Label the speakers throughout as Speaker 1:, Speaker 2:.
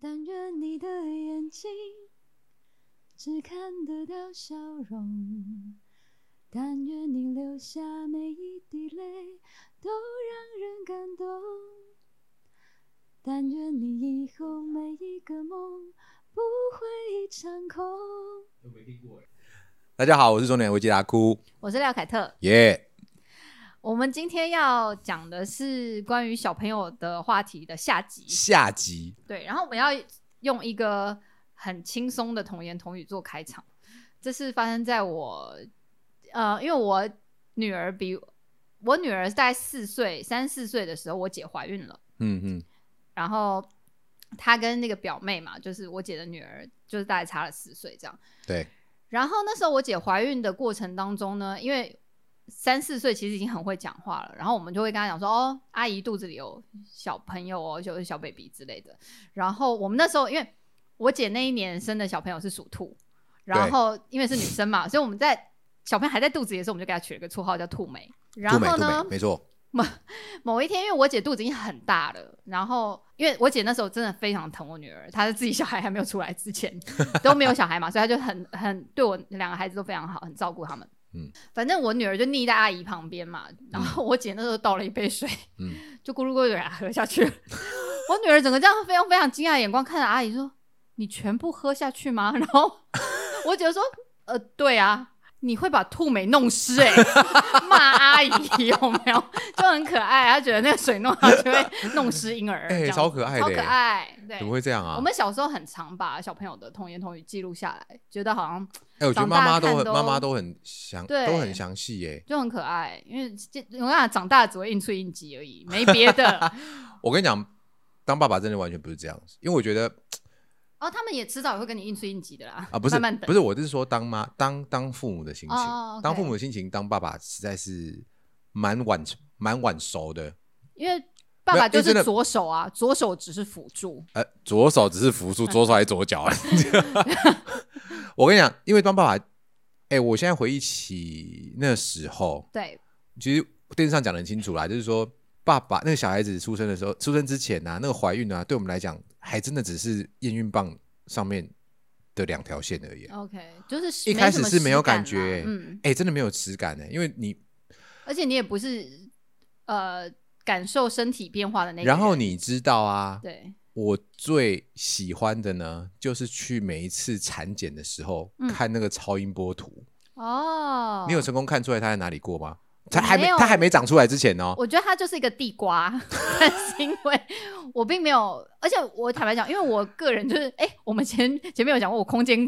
Speaker 1: 但愿你的眼睛只看得到笑容，但愿你流下每一滴泪都让人感动，但愿你以后每一个梦不会一场空。
Speaker 2: 大家好，我是中年危机大哭，
Speaker 3: 我是廖凯特。
Speaker 2: 耶、
Speaker 3: 我们今天要讲的是关于小朋友的话题的下集，
Speaker 2: 下集
Speaker 3: 对，然后我们要用一个很轻松的童言童语做开场。这是发生在我，呃，因为我女儿比我女儿在四岁、三四岁的时候，我姐怀孕了，
Speaker 2: 嗯嗯，
Speaker 3: 然后她跟那个表妹嘛，就是我姐的女儿，就是大概差了四岁这样。
Speaker 2: 对，
Speaker 3: 然后那时候我姐怀孕的过程当中呢，因为三四岁其实已经很会讲话了，然后我们就会跟她讲说：“哦，阿姨肚子里有小朋友哦，就是小 baby 之类的。”然后我们那时候因为我姐那一年生的小朋友是属兔，然后因为是女生嘛，所以我们在小朋友还在肚子里的时候，我们就给她取了个绰号叫兔梅。然
Speaker 2: 杜美
Speaker 3: 后
Speaker 2: 杜
Speaker 3: 呢
Speaker 2: 美，，没错，
Speaker 3: 某一天，因为我姐肚子已经很大了，然后因为我姐那时候真的非常疼我女儿，她是自己小孩还没有出来之前都没有小孩嘛，所以她就很很对我两个孩子都非常好，很照顾他们。
Speaker 2: 嗯，
Speaker 3: 反正我女儿就腻在阿姨旁边嘛，然后我姐那时候倒了一杯水，
Speaker 2: 嗯，
Speaker 3: 就咕噜咕噜给她喝下去了。 我女儿整个这样非常非常惊讶的眼光看着阿姨说：“你全部喝下去吗？” 然后我姐说：“呃，对啊。”你会把兔美弄湿哎、 骂阿姨有没有？就很可爱，她觉得那个水弄下去会弄湿婴儿，
Speaker 2: 哎
Speaker 3: 这样
Speaker 2: 超可爱的
Speaker 3: 超可爱。对
Speaker 2: 怎么，会这样啊？
Speaker 3: 我们小时候很常把小朋友的童言童语记录下来，觉得好像
Speaker 2: 哎、我觉得
Speaker 3: 长
Speaker 2: 妈
Speaker 3: 大
Speaker 2: 妈都
Speaker 3: 看
Speaker 2: 很
Speaker 3: 都
Speaker 2: 妈妈都很详，
Speaker 3: 对
Speaker 2: 都很详细耶。
Speaker 3: 就很可爱，因为这我跟你讲，长大只会应催应急而已，没别 的。
Speaker 2: 我跟你讲，当爸爸真的完全不是这样，因为我觉得
Speaker 3: 哦，他们也迟早也会跟你应催应急的啦。
Speaker 2: 啊，不是
Speaker 3: 慢慢等，
Speaker 2: 不是，我是说当妈当当父母的心情，
Speaker 3: 哦，OK
Speaker 2: 当父母的心情，当爸爸实在是蛮晚蛮晚熟的。
Speaker 3: 因为爸
Speaker 2: 没有
Speaker 3: 爸
Speaker 2: 因为
Speaker 3: 就
Speaker 2: 真的
Speaker 3: 是左手啊，左手只是辅助，
Speaker 2: 呃，左手只是辅助，左手还是左脚 啊？ 我跟你讲，因为当爸爸，哎、我现在回忆起那时候，
Speaker 3: 对，
Speaker 2: 其实电视上讲的很清楚啦，就是说爸爸那个小孩子出生的时候，出生之前啊，那个怀孕啊，对我们来讲，还真的只是验孕棒上面的两条线而已。
Speaker 3: OK，就是
Speaker 2: 一
Speaker 3: 没
Speaker 2: 开
Speaker 3: 什
Speaker 2: 始
Speaker 3: 么
Speaker 2: 是没有
Speaker 3: 实
Speaker 2: 感
Speaker 3: 啦
Speaker 2: 觉
Speaker 3: 嗯，
Speaker 2: 哎、真的没有耻感呢、因为你，
Speaker 3: 而且你也不是呃感受身体变化的那个人，
Speaker 2: 然后你知道啊，
Speaker 3: 对
Speaker 2: 我最喜欢的呢，就是去每一次产检的时候、
Speaker 3: 嗯
Speaker 2: 看那个超音波图。
Speaker 3: 哦，
Speaker 2: 你有成功看出来它在哪里过吗？它
Speaker 3: 没
Speaker 2: 还没，
Speaker 3: 有
Speaker 2: 它还没长出来之前哦。
Speaker 3: 我觉得它就是一个地 瓜，但是因为我并没有，而且我坦白讲，因为我个人就是，哎、我们前前面有讲过，我空间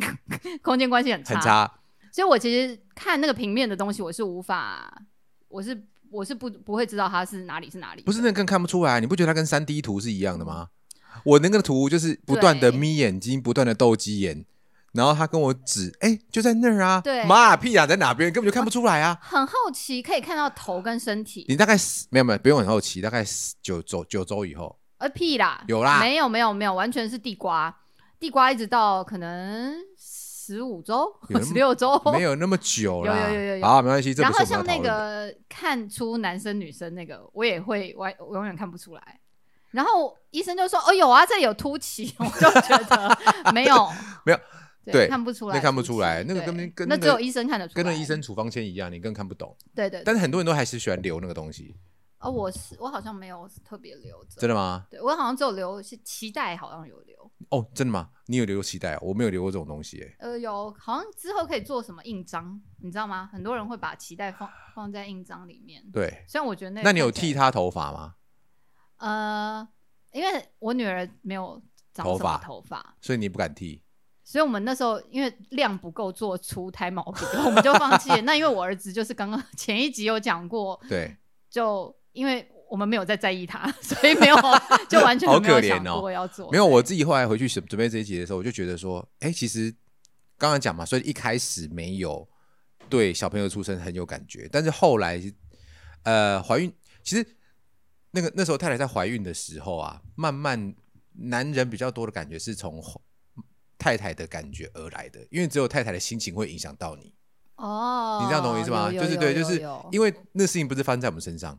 Speaker 3: 空间关系很差，
Speaker 2: 很差，
Speaker 3: 所以我其实看那个平面的东西，我是无法，我是我是不不会知道它是哪里是哪里，
Speaker 2: 不是那更看不出来、你不觉得它跟三 D 图是一样的吗？我那个图就是不断的
Speaker 3: 对
Speaker 2: 眯眼睛，不断的斗鸡眼，然后他跟我指，哎、就在那儿啊，
Speaker 3: 对
Speaker 2: 妈屁啊，在哪边根本就看不出来啊。
Speaker 3: 很好奇，可以看到头跟身体，
Speaker 2: 你大概十没有没有，不用很好奇，大概十九周九周以后，
Speaker 3: 呃屁啦，
Speaker 2: 有啦
Speaker 3: 没有没有没有，完全是地瓜，地瓜一直到可能十五周、
Speaker 2: 有人
Speaker 3: 十六周，
Speaker 2: 没有那么久啦。
Speaker 3: 哦有有有有有
Speaker 2: 好，没关系，这
Speaker 3: 然
Speaker 2: 不是
Speaker 3: 后
Speaker 2: 我们要
Speaker 3: 像那
Speaker 2: 讨论的。
Speaker 3: 个看出男生女生那个，我也会我我永远看不出来。然后医生就说：“哦，有啊，这里有凸起。” 我就觉 得没有，
Speaker 2: 没有，对
Speaker 3: 对，看不出来，
Speaker 2: 那看不出来
Speaker 3: 凸起
Speaker 2: 那个
Speaker 3: 对
Speaker 2: 跟跟
Speaker 3: 那
Speaker 2: 那
Speaker 3: 只
Speaker 2: 个
Speaker 3: 有医生看得出来，
Speaker 2: 跟那医生处方签一样，你更看不懂。
Speaker 3: 对对。对
Speaker 2: 但是很多人都还是喜欢留那个东西，
Speaker 3: 哦，我是我好像没有特别留着，
Speaker 2: 真的吗？
Speaker 3: 对我好像只有留是脐带，好像有留，
Speaker 2: 哦，真的吗？你有留过脐带、啊？我没有留过这种东西、欸。
Speaker 3: 呃，有好像之后可以做什么印章，你知道吗？很多人会把脐带放放在印章里面，
Speaker 2: 对，
Speaker 3: 虽然我觉得那个
Speaker 2: 那你有
Speaker 3: 看起来
Speaker 2: 剃他头发吗？
Speaker 3: 呃，因为我女儿没有长
Speaker 2: 头
Speaker 3: 什么
Speaker 2: 发
Speaker 3: 头发，
Speaker 2: 所以你不敢剃。
Speaker 3: 所以我们那时候因为量不够做出胎毛笔，我们就放弃了。 那因为我儿子就是刚刚 前一集有讲过，
Speaker 2: 对，
Speaker 3: 就因为我们没有再在意他，所以没有就完全
Speaker 2: 好
Speaker 3: 没有
Speaker 2: 可怜
Speaker 3: 想
Speaker 2: 哦
Speaker 3: 过要做。
Speaker 2: 没有。我
Speaker 3: 对
Speaker 2: 自己后来回去准准备这一集的时候，我就觉得说，哎、其实刚刚讲嘛，所以一开始没有对小朋友出生很有感觉，但是后来，呃，怀孕其实那个那时候太太在怀孕的时候啊，慢慢男人比较多的感觉是从太太的感觉而来的，因为只有太太的心情会影响到你。
Speaker 3: 哦，
Speaker 2: 你这样懂我意思吗？
Speaker 3: 有
Speaker 2: 就是对，就是
Speaker 3: 有
Speaker 2: 因为那事情不是发生在我们身上，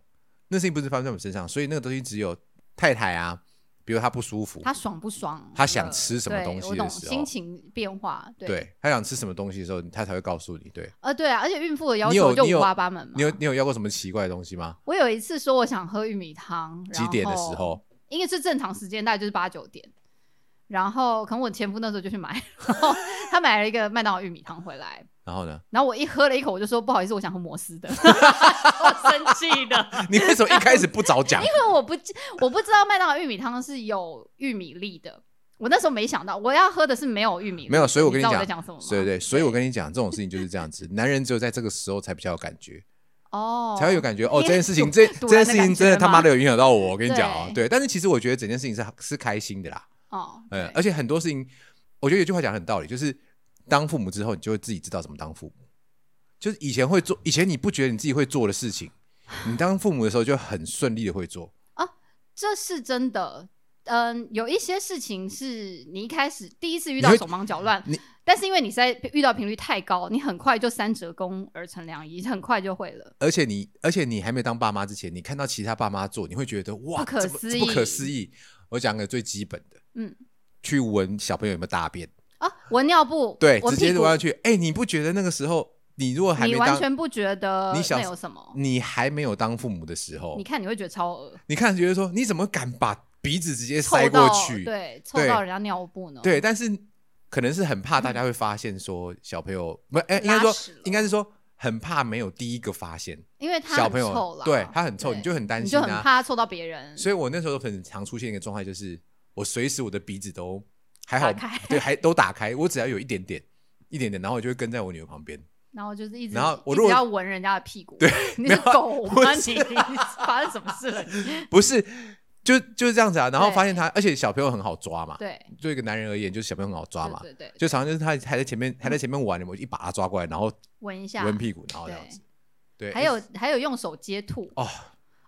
Speaker 2: 那事情不是发生在我们身上，所以那个东西只有太太啊，比如他不舒服，
Speaker 3: 他爽不爽，
Speaker 2: 他想吃什么
Speaker 3: 对
Speaker 2: 东西
Speaker 3: 我
Speaker 2: 的
Speaker 3: 懂
Speaker 2: 时候
Speaker 3: 心情变化，对，
Speaker 2: 对他想吃什么东西的时候，他才会告诉你。对
Speaker 3: 呃，对啊，而且孕妇的要
Speaker 2: 你有
Speaker 3: 求就
Speaker 2: 你有
Speaker 3: 五花八门嘛。
Speaker 2: 你有你有要过什么奇怪的东西吗？
Speaker 3: 我有一次说我想喝玉米汤，然
Speaker 2: 几点的时
Speaker 3: 后？
Speaker 2: 候？
Speaker 3: 应该是正常时间，大概就是八九点。然后可能我前夫那时候就去买，然后他买了一个麦当劳玉米汤回来，
Speaker 2: 然后呢？
Speaker 3: 然后我一喝了一口，我就说不好意思，我想喝摩斯的，我生气的，
Speaker 2: 你为什么一开始不早讲？
Speaker 3: 因为我不记我不知道麦当劳玉米汤是有玉米粒的，我那时候没想到我要喝的是没有玉米粒的，
Speaker 2: 没有，所以我跟
Speaker 3: 你
Speaker 2: 你
Speaker 3: 知道
Speaker 2: 讲，
Speaker 3: 我在讲什么吗？
Speaker 2: 对对，所以我跟你讲，这种事情就是这样子， 男人只有在这个时候才比较有感觉，
Speaker 3: 哦，
Speaker 2: 才会有感觉哦，
Speaker 3: 你
Speaker 2: 这件事情
Speaker 3: 堵
Speaker 2: 这这
Speaker 3: 堵
Speaker 2: 件
Speaker 3: 然的
Speaker 2: 事情
Speaker 3: 感
Speaker 2: 真的
Speaker 3: 觉
Speaker 2: 他妈
Speaker 3: 吗
Speaker 2: 的有影响到我，我跟你讲啊，
Speaker 3: 对
Speaker 2: 对，但是其实我觉得整件事情是是开心的啦，
Speaker 3: 哦，对
Speaker 2: 嗯，而且很多事情，我觉得有句话讲得很道理，就是当父母之后，你就会自己知道怎么当父母，就是以前会做，以前你不觉得你自己会做的事情，你当父母的时候就很顺利的会做，
Speaker 3: 这是真的。嗯，有一些事情是你一开始第一次遇
Speaker 2: 你
Speaker 3: 到
Speaker 2: 会
Speaker 3: 手忙脚乱
Speaker 2: 你，
Speaker 3: 但是因为你在遇到频率太高，你很快就三折肱而成良医，很快就会了。
Speaker 2: 而且你，而且你还没当爸妈之前，你看到其他爸妈做，你会觉得哇，
Speaker 3: 不可
Speaker 2: 怎么
Speaker 3: 思议
Speaker 2: 不可思议。我讲个最基本的，
Speaker 3: 嗯，
Speaker 2: 去闻小朋友有没有大便，
Speaker 3: 啊，闻尿布，
Speaker 2: 对，
Speaker 3: 闻
Speaker 2: 直接
Speaker 3: 屁股
Speaker 2: 闻上去。哎、你不觉得那个时候，你如果还
Speaker 3: 你
Speaker 2: 没
Speaker 3: 完
Speaker 2: 当，
Speaker 3: 全不觉得
Speaker 2: 你小
Speaker 3: 那
Speaker 2: 时嗯
Speaker 3: 有什么？
Speaker 2: 你还没有当父母的时候
Speaker 3: 你，看你会觉得超恶，
Speaker 2: 你看觉得说，你怎么敢把鼻子直接
Speaker 3: 臭
Speaker 2: 塞过
Speaker 3: 到
Speaker 2: 去？
Speaker 3: 对，臭
Speaker 2: 对
Speaker 3: 到人家尿布呢。
Speaker 2: 对，但是可能是很怕大家会发现说小朋友不，哎、应该
Speaker 3: 嗯拉
Speaker 2: 说
Speaker 3: 屎了
Speaker 2: 应该是说很怕没有第一个发现
Speaker 3: 因为他
Speaker 2: 小
Speaker 3: 很
Speaker 2: 朋
Speaker 3: 臭
Speaker 2: 友
Speaker 3: 啦，
Speaker 2: 对他很臭，
Speaker 3: 对
Speaker 2: 你就很担
Speaker 3: 你
Speaker 2: 心
Speaker 3: 就
Speaker 2: 啊，
Speaker 3: 很怕臭到别人。
Speaker 2: 所以我那时候很常出现一个状态，就是我随时我的鼻子都还好
Speaker 3: 打开，
Speaker 2: 对，还都打开，我只要有一点点，一点点，然后我就会跟在我女儿旁边。
Speaker 3: 然后就是一直，
Speaker 2: 然后我
Speaker 3: 一
Speaker 2: 如果
Speaker 3: 直要闻人家的屁股，对，你是狗
Speaker 2: 不
Speaker 3: 吗？
Speaker 2: 啊是
Speaker 3: 你发生什么事了你？
Speaker 2: 不是，就就是这样子啊。然后
Speaker 3: 对
Speaker 2: 发现他，而且小朋友很好抓嘛，
Speaker 3: 对，
Speaker 2: 对一个男人而言，就是小朋友很好抓嘛，
Speaker 3: 对对对，
Speaker 2: 就常常就是他还在前面还在前面玩，我一把他抓过来，然后
Speaker 3: 闻一下。
Speaker 2: 闻屁股，然后这样
Speaker 3: 对
Speaker 2: 子。，对，
Speaker 3: 还有还有用手接吐
Speaker 2: 哦，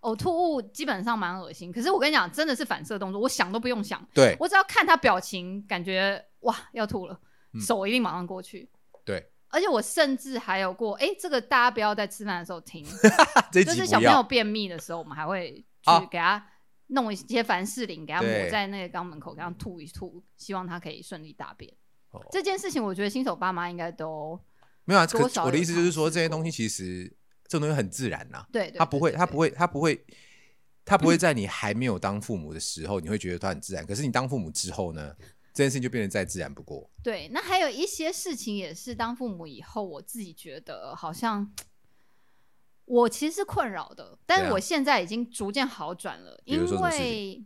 Speaker 3: 呕吐物基本上蛮恶心，可是我跟你讲，真的是反射动作，我想都不用想，
Speaker 2: 对
Speaker 3: 我只要看他表情，感觉哇要吐了，
Speaker 2: 嗯
Speaker 3: 手一定马上过去。
Speaker 2: 对，
Speaker 3: 而且我甚至还有过，哎、这个大家不要在吃饭的时 候听，
Speaker 2: 这一
Speaker 3: 就是
Speaker 2: 集
Speaker 3: 小
Speaker 2: 不
Speaker 3: 朋友
Speaker 2: 要，
Speaker 3: 便秘的时候，我们还会
Speaker 2: 啊
Speaker 3: 去给他弄一些凡士林，给他抹
Speaker 2: 对
Speaker 3: 在那个肛门口，给他吐一吐，希望他可以顺利大便。
Speaker 2: 哦
Speaker 3: 这件事情，我觉得新手爸妈应该都
Speaker 2: 没有啊？可
Speaker 3: 多少
Speaker 2: 我的
Speaker 3: 有
Speaker 2: 意思就是说，
Speaker 3: 尝试
Speaker 2: 这些
Speaker 3: 过
Speaker 2: 东西其实这种东西很自然啊呐。
Speaker 3: 对对
Speaker 2: 他不会，他不
Speaker 3: 会，
Speaker 2: 会，他不会，他 不会在你还没有当父母的时候，你会觉得他很自然。可是你当父母之后呢，这件事情就变得再自然不过。
Speaker 3: 对。那还有一些事情也是当父母以后，我自己觉得好像。我其实是困扰的，但
Speaker 2: 对
Speaker 3: 是
Speaker 2: 啊
Speaker 3: 我现在已经逐渐好转了，
Speaker 2: 比
Speaker 3: 因
Speaker 2: 如说什么事情
Speaker 3: 为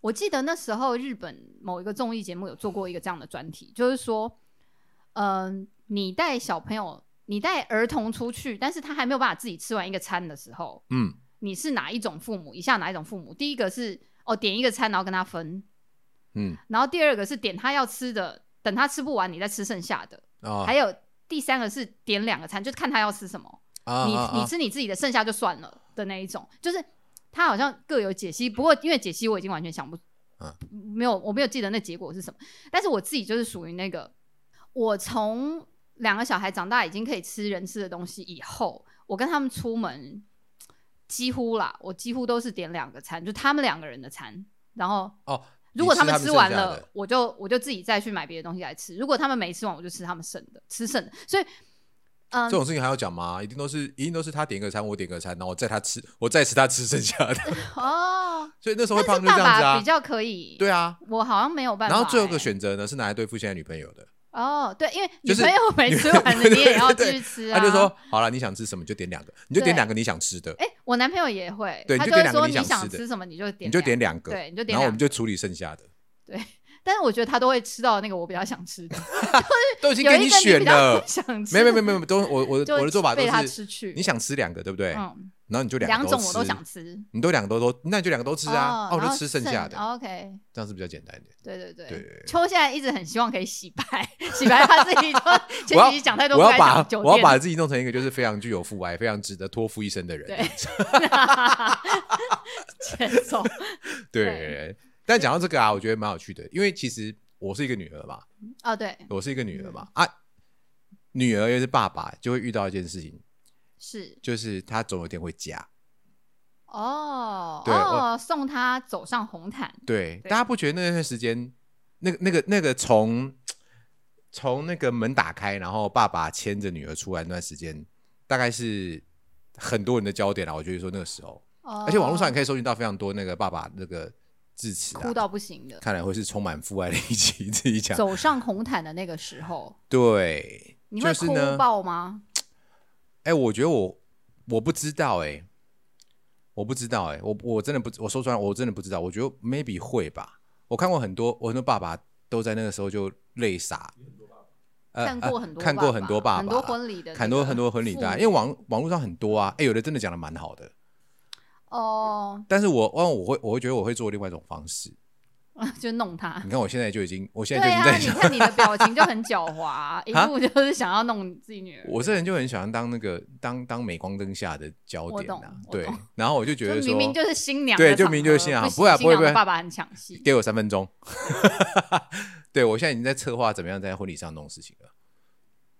Speaker 3: 我记得那时候日本某一个综艺节目有做过一个这样的专题，就是说，嗯，你带小朋友，你带儿童出去，但是他还没有办法自己吃完一个餐的时候，
Speaker 2: 嗯，
Speaker 3: 你是哪一种父母？以下哪一种父母？第一个是哦，点一个餐然后跟他分，
Speaker 2: 嗯
Speaker 3: 然后第二个是点他要吃的，等他吃不完你再吃剩下的，
Speaker 2: 啊
Speaker 3: 还，有第三个是点两个餐，就是看他要吃什么，
Speaker 2: 啊啊
Speaker 3: 你你
Speaker 2: 啊
Speaker 3: 吃你自己的，剩下就算了的那一种，就是他好像各有解析，不过因为解析我已经完全想不，
Speaker 2: 嗯
Speaker 3: 没有我没有记得那结果是什么，但是我自己就是属于那个，我从两个小孩长大已经可以吃人吃的东西以后，我跟他们出门几乎啦，我几乎都是点两个餐，就他们两个人的餐，然后
Speaker 2: 哦，
Speaker 3: 如果
Speaker 2: 你
Speaker 3: 他
Speaker 2: 吃
Speaker 3: 们
Speaker 2: 他们
Speaker 3: 吃完
Speaker 2: 剩下
Speaker 3: 了
Speaker 2: 的，
Speaker 3: 我就我就自己再去买别的东西来吃。如果他们没吃完，我就吃他们剩的，吃剩的。所以，嗯
Speaker 2: 这，种事情还要讲吗？一定都是一定都是他点个餐，我点个餐，然后我在他吃，我再吃他吃剩下的，
Speaker 3: 哦，
Speaker 2: 所以那时候会胖
Speaker 3: 但是
Speaker 2: 就这样
Speaker 3: 爸
Speaker 2: 子
Speaker 3: 爸比
Speaker 2: 啊。
Speaker 3: 较可以。
Speaker 2: 对啊，
Speaker 3: 我好像没有办法、
Speaker 2: 然后最后一个
Speaker 3: 欸
Speaker 2: 选择呢是拿来对付现在女朋友的，
Speaker 3: 哦，对，因为女
Speaker 2: 就是
Speaker 3: 朋友没吃完的，你也要继续吃啊。
Speaker 2: 他就说好了，你想吃什么就点两个，你就点两个你想吃的，
Speaker 3: 哎、我男朋友也会，
Speaker 2: 对
Speaker 3: 他
Speaker 2: 你
Speaker 3: 就
Speaker 2: 就点两
Speaker 3: 会
Speaker 2: 个
Speaker 3: 说
Speaker 2: 你
Speaker 3: 你
Speaker 2: 想吃的
Speaker 3: 吃什么你就点，
Speaker 2: 你就点。两个，
Speaker 3: 对你就点
Speaker 2: 然后我
Speaker 3: 两
Speaker 2: 们就处理剩下的，
Speaker 3: 但是我觉得他都会吃到那个我比较想吃的，
Speaker 2: 都已经
Speaker 3: 有
Speaker 2: 给
Speaker 3: 一个
Speaker 2: 选
Speaker 3: 比较
Speaker 2: 了
Speaker 3: 不，想吃，
Speaker 2: 没有没有没有，没有都我我
Speaker 3: 就
Speaker 2: 我的做法都
Speaker 3: 被他
Speaker 2: 是
Speaker 3: 吃去。
Speaker 2: 你想吃两个对不对？
Speaker 3: 嗯，
Speaker 2: 然后你就
Speaker 3: 两
Speaker 2: 个
Speaker 3: 种
Speaker 2: 吃
Speaker 3: 我都想，吃。
Speaker 2: 你都两个都都，那你就两个都吃啊，
Speaker 3: 哦，
Speaker 2: 我
Speaker 3: 然
Speaker 2: 就
Speaker 3: 后
Speaker 2: 吃剩下的，
Speaker 3: 哦 OK，
Speaker 2: 这样是比较简单一点。
Speaker 3: 对对对，
Speaker 2: 对
Speaker 3: 秋现在一直很希望可以洗白，洗白他自己
Speaker 2: 我
Speaker 3: 就前几
Speaker 2: 要
Speaker 3: 集讲太多
Speaker 2: 我要
Speaker 3: 不该
Speaker 2: 把
Speaker 3: 讲酒店，
Speaker 2: 我要把自己弄成一个就是非常具有父爱、非常值得托付一生的人。
Speaker 3: 对 欠揍，
Speaker 2: 对
Speaker 3: 对
Speaker 2: 但讲到这个啊，我觉得蛮有趣的，因为其实我是一个女儿嘛，
Speaker 3: 哦对，
Speaker 2: 我是一个女儿
Speaker 3: 嗯
Speaker 2: 嘛、啊，女儿又是爸爸，就会遇到一件事情，
Speaker 3: 是
Speaker 2: 就是她总有一天会嫁。
Speaker 3: 哦
Speaker 2: 对
Speaker 3: 哦，送他走上红毯，
Speaker 2: 对，
Speaker 3: 对
Speaker 2: 大家不觉得那段时间，那个、那个、那个从从那个门打开，然后爸爸牵着女儿出来那段时间，大概是很多人的焦点啦。我觉得说那个时候，
Speaker 3: 哦、
Speaker 2: 而且网络上也可以搜寻到非常多那个爸爸那个致辞
Speaker 3: 哭
Speaker 2: 啊，
Speaker 3: 到不行的，
Speaker 2: 看来会是充满父爱的一集。自己讲，
Speaker 3: 走上红毯的那个时候，
Speaker 2: 对，
Speaker 3: 你
Speaker 2: 就
Speaker 3: 会
Speaker 2: 是
Speaker 3: 哭
Speaker 2: 呢，
Speaker 3: 爆吗？
Speaker 2: 哎、我觉得我我不知道哎、我不知道哎、我我真的不，我说出来我真的不知道。我觉得 maybe 会吧。我看过很多，我很多爸爸都在那个时候就泪洒。呃
Speaker 3: 看过很多爸
Speaker 2: 呃
Speaker 3: 爸、
Speaker 2: 看过很多爸爸啦，
Speaker 3: 很多婚礼的那个父母，
Speaker 2: 很多很多婚礼大，因为网网络上很多啊，哎、有的真的讲的蛮好的，
Speaker 3: 哦，
Speaker 2: 但是我我我会我会觉得我会做另外一种方式。
Speaker 3: 就弄他。
Speaker 2: 你看我现在就已经，我现
Speaker 3: 对
Speaker 2: 在就已经在
Speaker 3: 啊，你
Speaker 2: 想，
Speaker 3: 看你的表情就很狡猾，一副就是想要弄你自己女儿。
Speaker 2: 我这人就很喜欢当那个当当镁光灯下的焦
Speaker 3: 我
Speaker 2: 点
Speaker 3: 懂
Speaker 2: 啊，
Speaker 3: 我
Speaker 2: 对
Speaker 3: 懂，
Speaker 2: 然后我就觉
Speaker 3: 就
Speaker 2: 得说，
Speaker 3: 明明就是新娘的
Speaker 2: 对
Speaker 3: 场
Speaker 2: 就
Speaker 3: 合，
Speaker 2: 明明就是新娘
Speaker 3: 不行
Speaker 2: 不会啊
Speaker 3: 新娘
Speaker 2: 不会
Speaker 3: 的爸爸很抢戏。
Speaker 2: 给我三分钟。 对我现在已经在策划怎么样在婚礼上弄事情了。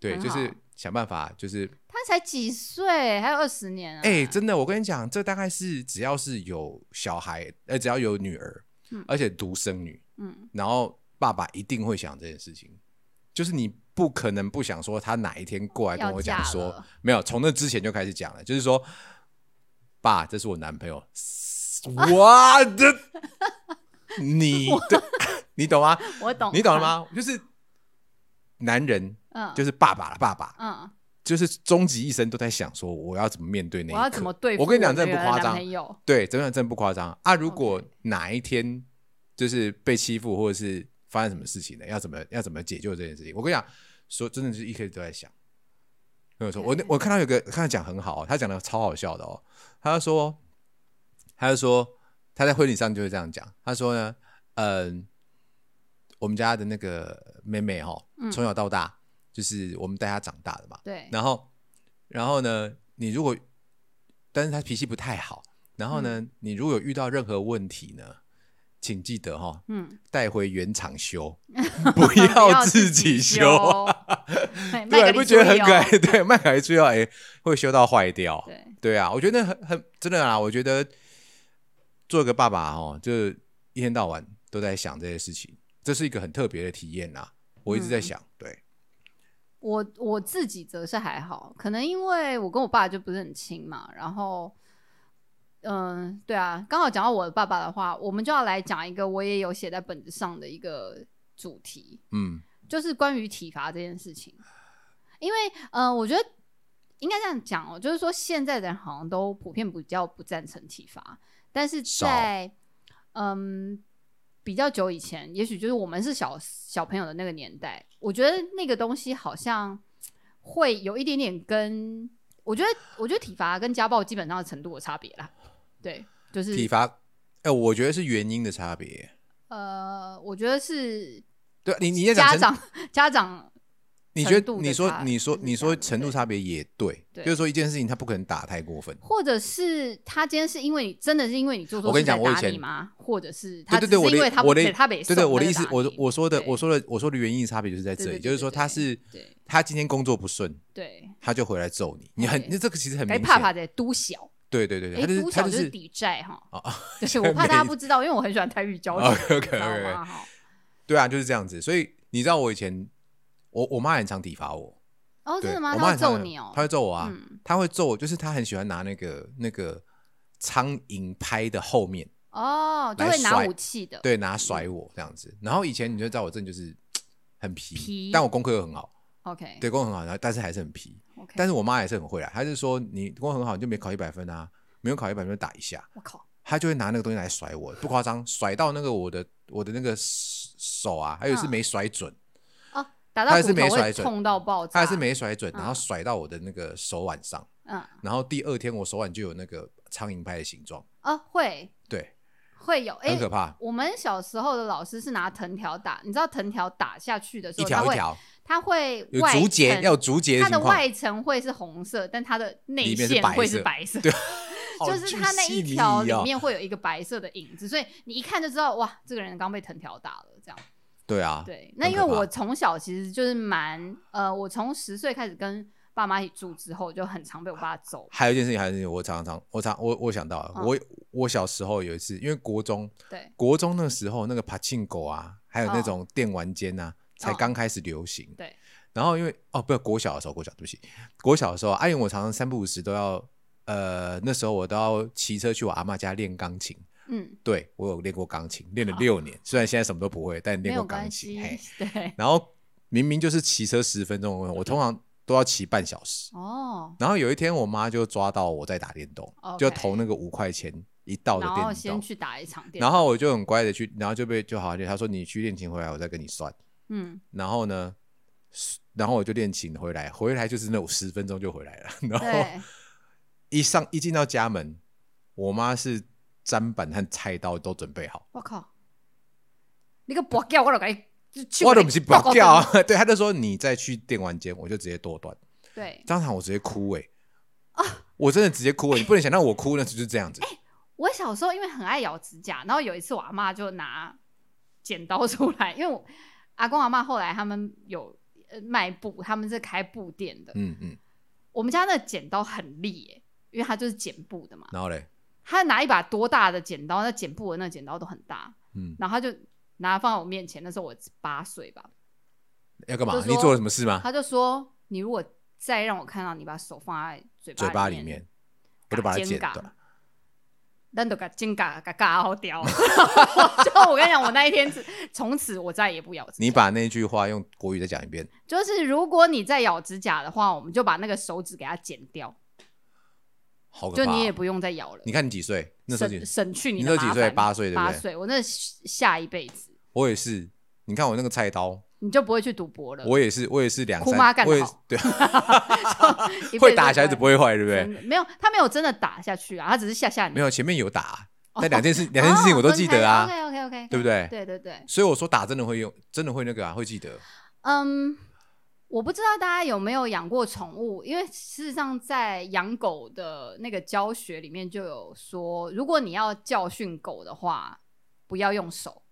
Speaker 2: 对，
Speaker 3: 很
Speaker 2: 就
Speaker 3: 好
Speaker 2: 是想办法，就是
Speaker 3: 他才几岁，还有二十年啊！
Speaker 2: 哎、真的，我跟你讲，这大概是只要是有小孩，呃，只要有女儿，
Speaker 3: 嗯
Speaker 2: 而且独生女，
Speaker 3: 嗯，
Speaker 2: 然后爸爸一定会想这件事情，就是你不可能不想说他哪一天过来跟
Speaker 3: 要
Speaker 2: 我讲
Speaker 3: 嫁
Speaker 2: 说
Speaker 3: 了，
Speaker 2: 没有，从那之前就开始讲了，就是说，爸，这是我男朋友， 我的，你的，你懂吗？
Speaker 3: 我懂，
Speaker 2: 你懂了？吗？就是男人，
Speaker 3: 嗯，
Speaker 2: 就是是爸爸了，爸爸，
Speaker 3: 嗯，
Speaker 2: 就是终其一生都在想说我要怎么面对那一
Speaker 3: 我
Speaker 2: 刻，
Speaker 3: 要怎么对付
Speaker 2: 我跟你讲，真
Speaker 3: 的啊
Speaker 2: 的不夸
Speaker 3: 男
Speaker 2: 张，
Speaker 3: 朋友
Speaker 2: 对，真的真的不夸张啊！如果哪一天就是被欺负，或者是发生什么事情呢，要怎么要怎么解救这件事情？我跟你讲，说真的是一开始都在想。没有错，我那我看到有个看他讲很好哦、他讲的超好笑的哦。他就说，他就说他在婚礼上就会这样讲。他说呢，嗯、我们家的那个妹妹哈、
Speaker 3: 嗯
Speaker 2: 从小到大、就是我们带她长大的嘛。
Speaker 3: 对，
Speaker 2: 然后，然后呢，你如果，但是他脾气不太好，然后呢，你如果有遇到任何问题呢，请记得哈、哦，
Speaker 3: 嗯，
Speaker 2: 带回原厂 修，不要自己修。
Speaker 3: 修，哎
Speaker 2: 对，啊
Speaker 3: 麦格里
Speaker 2: 不觉得
Speaker 3: 注
Speaker 2: 很
Speaker 3: 意
Speaker 2: 可爱
Speaker 3: 哦？
Speaker 2: 对，麦凯最后哎会修到坏掉。
Speaker 3: 对，
Speaker 2: 对啊，我觉得很很真的啊啦，我觉得做个爸爸哦，就一天到晚都在想这些事情，这是一个很特别的体验啦。我一直在
Speaker 3: 嗯
Speaker 2: 想，对，
Speaker 3: 我我自己则是还好，可能因为我跟我爸就不是很亲嘛，然后，嗯，对啊，刚好讲到我的爸爸的话，我们就要来讲一个我也有写在本子上的一个主题，
Speaker 2: 嗯，
Speaker 3: 就是关于体罚这件事情。因为，呃，我觉得应该这样讲哦，就是说现在的人好像都普遍比较不赞成体罚，但是
Speaker 2: 少
Speaker 3: 在嗯比较久以前，也许就是我们是小小朋友的那个年代，我觉得那个东西好像会有一点点跟我觉得，我觉得体罚跟家暴基本上的程度有差别啦。对，就是
Speaker 2: 体罚，哎、我觉得是原因的差别。
Speaker 3: 呃，我觉得是
Speaker 2: 对啊，你你也讲
Speaker 3: 家
Speaker 2: 程
Speaker 3: 长家长
Speaker 2: 你
Speaker 3: 程
Speaker 2: 觉得
Speaker 3: 度
Speaker 2: 你
Speaker 3: 的
Speaker 2: 说
Speaker 3: 差
Speaker 2: 你说
Speaker 3: 就是
Speaker 2: 你
Speaker 3: 这
Speaker 2: 说
Speaker 3: 样
Speaker 2: 程度
Speaker 3: 对
Speaker 2: 差别也对，
Speaker 3: 对
Speaker 2: 就是说一件事情他不可能打太过分。
Speaker 3: 或者是他今天是因为你真的是因为你做错
Speaker 2: 我跟你
Speaker 3: 事
Speaker 2: 讲
Speaker 3: 才
Speaker 2: 我以
Speaker 3: 打
Speaker 2: 前
Speaker 3: 你吗？或者是他
Speaker 2: 对对对，
Speaker 3: 只是
Speaker 2: 我
Speaker 3: 因为
Speaker 2: 的
Speaker 3: 他
Speaker 2: 我
Speaker 3: 不
Speaker 2: 的
Speaker 3: 他北
Speaker 2: 对对我的意思，我的我说的
Speaker 3: 对
Speaker 2: 我说的我说的原因差别就是在这
Speaker 3: 对
Speaker 2: 里，
Speaker 3: 对
Speaker 2: 就是
Speaker 3: 对
Speaker 2: 说
Speaker 3: 对
Speaker 2: 他
Speaker 3: 对
Speaker 2: 是
Speaker 3: 对
Speaker 2: 他今天工作不顺，
Speaker 3: 对
Speaker 2: 他就回来揍你，你很
Speaker 3: 对
Speaker 2: 那这个其实很明
Speaker 3: 该
Speaker 2: 显，
Speaker 3: 怕怕的都小，
Speaker 2: 对对对对，
Speaker 3: 哎
Speaker 2: 他就是
Speaker 3: 都
Speaker 2: 他
Speaker 3: 小
Speaker 2: 就
Speaker 3: 就是
Speaker 2: 是
Speaker 3: 抵债哈
Speaker 2: 啊，
Speaker 3: 对我 怕
Speaker 2: 没
Speaker 3: 大家不知道，因为我很喜欢台语教学，
Speaker 2: OK
Speaker 3: 你知
Speaker 2: OK
Speaker 3: 道
Speaker 2: OK，
Speaker 3: 吗？哈，
Speaker 2: 对啊，就是这样子。所以你知道我以前我我妈很常体罚我，
Speaker 3: 哦，
Speaker 2: 对
Speaker 3: 真的吗？
Speaker 2: 我
Speaker 3: 他
Speaker 2: 妈
Speaker 3: 会
Speaker 2: 很常
Speaker 3: 揍你哦，
Speaker 2: 她会揍我啊，
Speaker 3: 嗯
Speaker 2: 她会揍我，就是她很喜欢拿那个那个苍蝇拍的后面。
Speaker 3: 哦，就
Speaker 2: 来
Speaker 3: 会拿
Speaker 2: 甩
Speaker 3: 武器的，
Speaker 2: 对，拿甩我这样子。然后以前你就知道我真的就是很皮，
Speaker 3: 皮
Speaker 2: 但我功课又很好，
Speaker 3: ，OK
Speaker 2: 对，功课很好，然后但是还是很皮。
Speaker 3: OK，
Speaker 2: 但是我妈也是很会啦，她就说你功课很好，你就没考一百分啊，没有考一百分就打一下，
Speaker 3: 我靠，
Speaker 2: 她就会拿那个东西来甩我，不夸张，甩到那个我的我的那个手啊，还有是
Speaker 3: 嗯
Speaker 2: 没甩准，
Speaker 3: 哦，
Speaker 2: 他
Speaker 3: 打到
Speaker 2: 还
Speaker 3: 骨
Speaker 2: 是没
Speaker 3: 头
Speaker 2: 甩
Speaker 3: 会
Speaker 2: 准
Speaker 3: 痛到爆
Speaker 2: 她
Speaker 3: 炸，
Speaker 2: 还是没甩准，然后
Speaker 3: 嗯
Speaker 2: 甩到我的那个手腕上，
Speaker 3: 嗯
Speaker 2: 然后第二天我手腕就有那个苍蝇拍的形状，
Speaker 3: 哦，会
Speaker 2: 对，
Speaker 3: 会有，哎
Speaker 2: 很，可怕，
Speaker 3: 我们小时候的老师是拿藤条打，你知道藤条打下去的时
Speaker 2: 一
Speaker 3: 候，它
Speaker 2: 条一
Speaker 3: 会
Speaker 2: 条
Speaker 3: 它会
Speaker 2: 有
Speaker 3: 外
Speaker 2: 竹节，
Speaker 3: 层
Speaker 2: 要有竹节
Speaker 3: 它的
Speaker 2: 情况，
Speaker 3: 外层会是红色，但它的内
Speaker 2: 里面是
Speaker 3: 线
Speaker 2: 白
Speaker 3: 会
Speaker 2: 色
Speaker 3: 是白色，
Speaker 2: 对好
Speaker 3: 就是
Speaker 2: 巨
Speaker 3: 它那
Speaker 2: 细
Speaker 3: 一
Speaker 2: 靡
Speaker 3: 条
Speaker 2: 遗
Speaker 3: 里
Speaker 2: 哦
Speaker 3: 面会有一个白色的影子，所以你一看就知道，哇，这个人刚被藤条打了，这样。
Speaker 2: 对啊，
Speaker 3: 对，那
Speaker 2: 很
Speaker 3: 因为
Speaker 2: 可怕
Speaker 3: 我从小其实就是蛮呃，我从十岁开始跟爸妈一起住之后，就很常被我爸揍。
Speaker 2: 还有一件事情，还有一件事情，我常常我常我我想到了，
Speaker 3: 嗯
Speaker 2: 我我小时候有一次，因为国中
Speaker 3: 对，
Speaker 2: 国中那时候那个爬庆狗啊，还有那
Speaker 3: 嗯
Speaker 2: 种电玩间啊，才
Speaker 3: 嗯
Speaker 2: 刚开始流行。
Speaker 3: 对。
Speaker 2: 然后因为哦，不，国小的时候，国小对不起，国小的时候，阿、啊、因为我常常三不五时都要，呃，那时候我都要骑车去我阿嬷家练钢琴。
Speaker 3: 嗯，
Speaker 2: 对我有练过钢琴，练了六年，虽然现在什么都不会，但
Speaker 3: 没
Speaker 2: 练
Speaker 3: 有
Speaker 2: 过钢
Speaker 3: 关
Speaker 2: 琴。
Speaker 3: 系
Speaker 2: 嘿，
Speaker 3: 对，
Speaker 2: 然后明明就是骑车十分钟，我
Speaker 3: 嗯
Speaker 2: 通常都要骑半小时。
Speaker 3: 哦，
Speaker 2: 然后有一天，我妈就抓到我在打电动
Speaker 3: OK
Speaker 2: 就投那个五块钱一道的
Speaker 3: 然
Speaker 2: 电
Speaker 3: 后
Speaker 2: 动
Speaker 3: 先，去打一场电，
Speaker 2: 然后我就很乖的去，然后就被就好练。她说你去练琴回来，我再跟你算。
Speaker 3: 嗯，
Speaker 2: 然后呢，然后我就练琴回来，回来就是那种十分钟就回来了。 然后
Speaker 3: 对，
Speaker 2: 一上一进到家门，我妈是砧板和菜刀都准备好。
Speaker 3: 我靠，你个跛脚，我就给你去
Speaker 2: 我
Speaker 3: 给
Speaker 2: 都
Speaker 3: 你
Speaker 2: 不是
Speaker 3: 剁
Speaker 2: 爆掉啊！ 对，他就说你再去电玩间，我就直接剁断。
Speaker 3: 对，
Speaker 2: 当场我直接哭哎、
Speaker 3: 啊
Speaker 2: 我真的直接哭哎、你不能想到我哭那时候就是这样子。
Speaker 3: 哎我小时候因为很爱咬指甲，然后有一次我阿妈就拿剪刀出来，因为我阿公阿妈后来他们有呃卖布，他们是开布店的。
Speaker 2: 嗯嗯，
Speaker 3: 我们家那剪刀很利耶、因为它就是剪布的嘛。
Speaker 2: 然后嘞，
Speaker 3: 他拿一把多大的剪刀，那剪布的那剪刀都很大，
Speaker 2: 嗯，
Speaker 3: 然后他就拿放在我面前。那时候我八岁吧，
Speaker 2: 要干嘛
Speaker 3: 就？说
Speaker 2: 你做了什么事吗？
Speaker 3: 他就说：“你如果再让我看到你把手放在嘴巴
Speaker 2: 嘴巴
Speaker 3: 里
Speaker 2: 里面，我就把它剪
Speaker 3: 嘎
Speaker 2: 断。
Speaker 3: 咱就把指甲给咬掉。 就我跟你讲，我那一天是从此我再也不咬指甲。
Speaker 2: 你把那句话用国语再讲一遍。
Speaker 3: 就是如果你再咬指甲的话，我们就把那个手指给它剪掉，
Speaker 2: 好可
Speaker 3: 就
Speaker 2: 怕哦！
Speaker 3: 你也不用再咬了。
Speaker 2: 你看你几岁？那时候几
Speaker 3: 省？省去你
Speaker 2: 你
Speaker 3: 的
Speaker 2: 那时候几岁
Speaker 3: 麻烦
Speaker 2: 八岁对不对
Speaker 3: 八岁，我那下一辈子
Speaker 2: 我也是。你看我那个菜刀，
Speaker 3: 你就不会去赌博了。
Speaker 2: 我也是，我也是两
Speaker 3: 哭妈
Speaker 2: 三，
Speaker 3: 干得
Speaker 2: 我也是
Speaker 3: 好
Speaker 2: 对，
Speaker 3: 一辈子
Speaker 2: 会打小孩子不
Speaker 3: 会
Speaker 2: 会坏，对不
Speaker 3: 真
Speaker 2: 对？
Speaker 3: 的没有，他没有真的打下去啊，他只是吓吓你。
Speaker 2: 没有，前面有打 啊，那
Speaker 3: 哦
Speaker 2: 两件事，两件事情我都记得啊，
Speaker 3: OK OK OK，
Speaker 2: 对不对？
Speaker 3: 哦对对对，
Speaker 2: 所以我说打真的会用，真的会那个啊，会记得。
Speaker 3: 嗯，我不知道大家有没有养过宠物，因为事实上在养狗的那个教学里面就有说，如果你要教训狗的话，不要用手，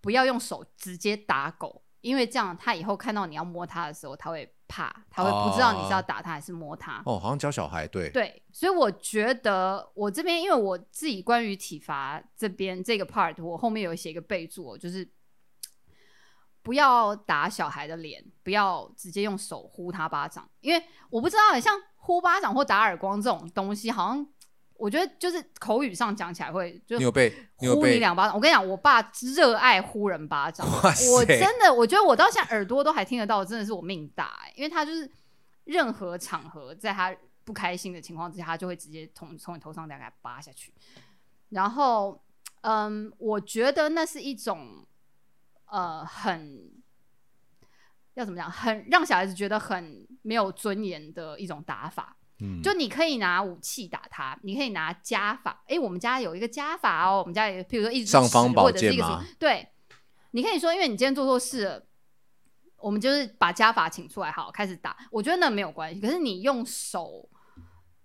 Speaker 3: 不要用手直接打狗，因为这样它以后看到你要摸它的时候，它会怕，它会不知道你是要打它还是摸它。
Speaker 2: 哦，好像教小孩，对，
Speaker 3: 对，所以我觉得我这边，因为我自己关于体罚这边这个 part，我后面有写一个备注哦，就是不要打小孩的脸，不要直接用手呼他巴掌，因为我不知道，欸像呼巴掌或打耳光这种东西，好像我觉得就是口语上讲起来会就
Speaker 2: 你有被，你有
Speaker 3: 呼你
Speaker 2: 被，
Speaker 3: 两巴掌。我跟你讲，我爸热爱呼人巴掌，
Speaker 2: 哇塞
Speaker 3: 我真的，我觉得我到现在耳朵都还听得到，真的是我命大、欸，因为他就是任何场合，在他不开心的情况之下，他就会直接从从你头上这样给他扒下去。然后，嗯，我觉得那是一种，呃，很要怎么讲，很让小孩子觉得很没有尊严的一种打法。
Speaker 2: 嗯，
Speaker 3: 就你可以拿武器打他，你可以拿家法。诶，我们家有一个家法哦，我们家有，譬如说一支
Speaker 2: 尚方
Speaker 3: 尺
Speaker 2: 宝
Speaker 3: 或者是
Speaker 2: 剑
Speaker 3: 一个什
Speaker 2: 吗
Speaker 3: 么，对，你可以说，因为你今天做错事了，我们就是把家法请出来，好，开始打。我觉得那没有关系，可是你用手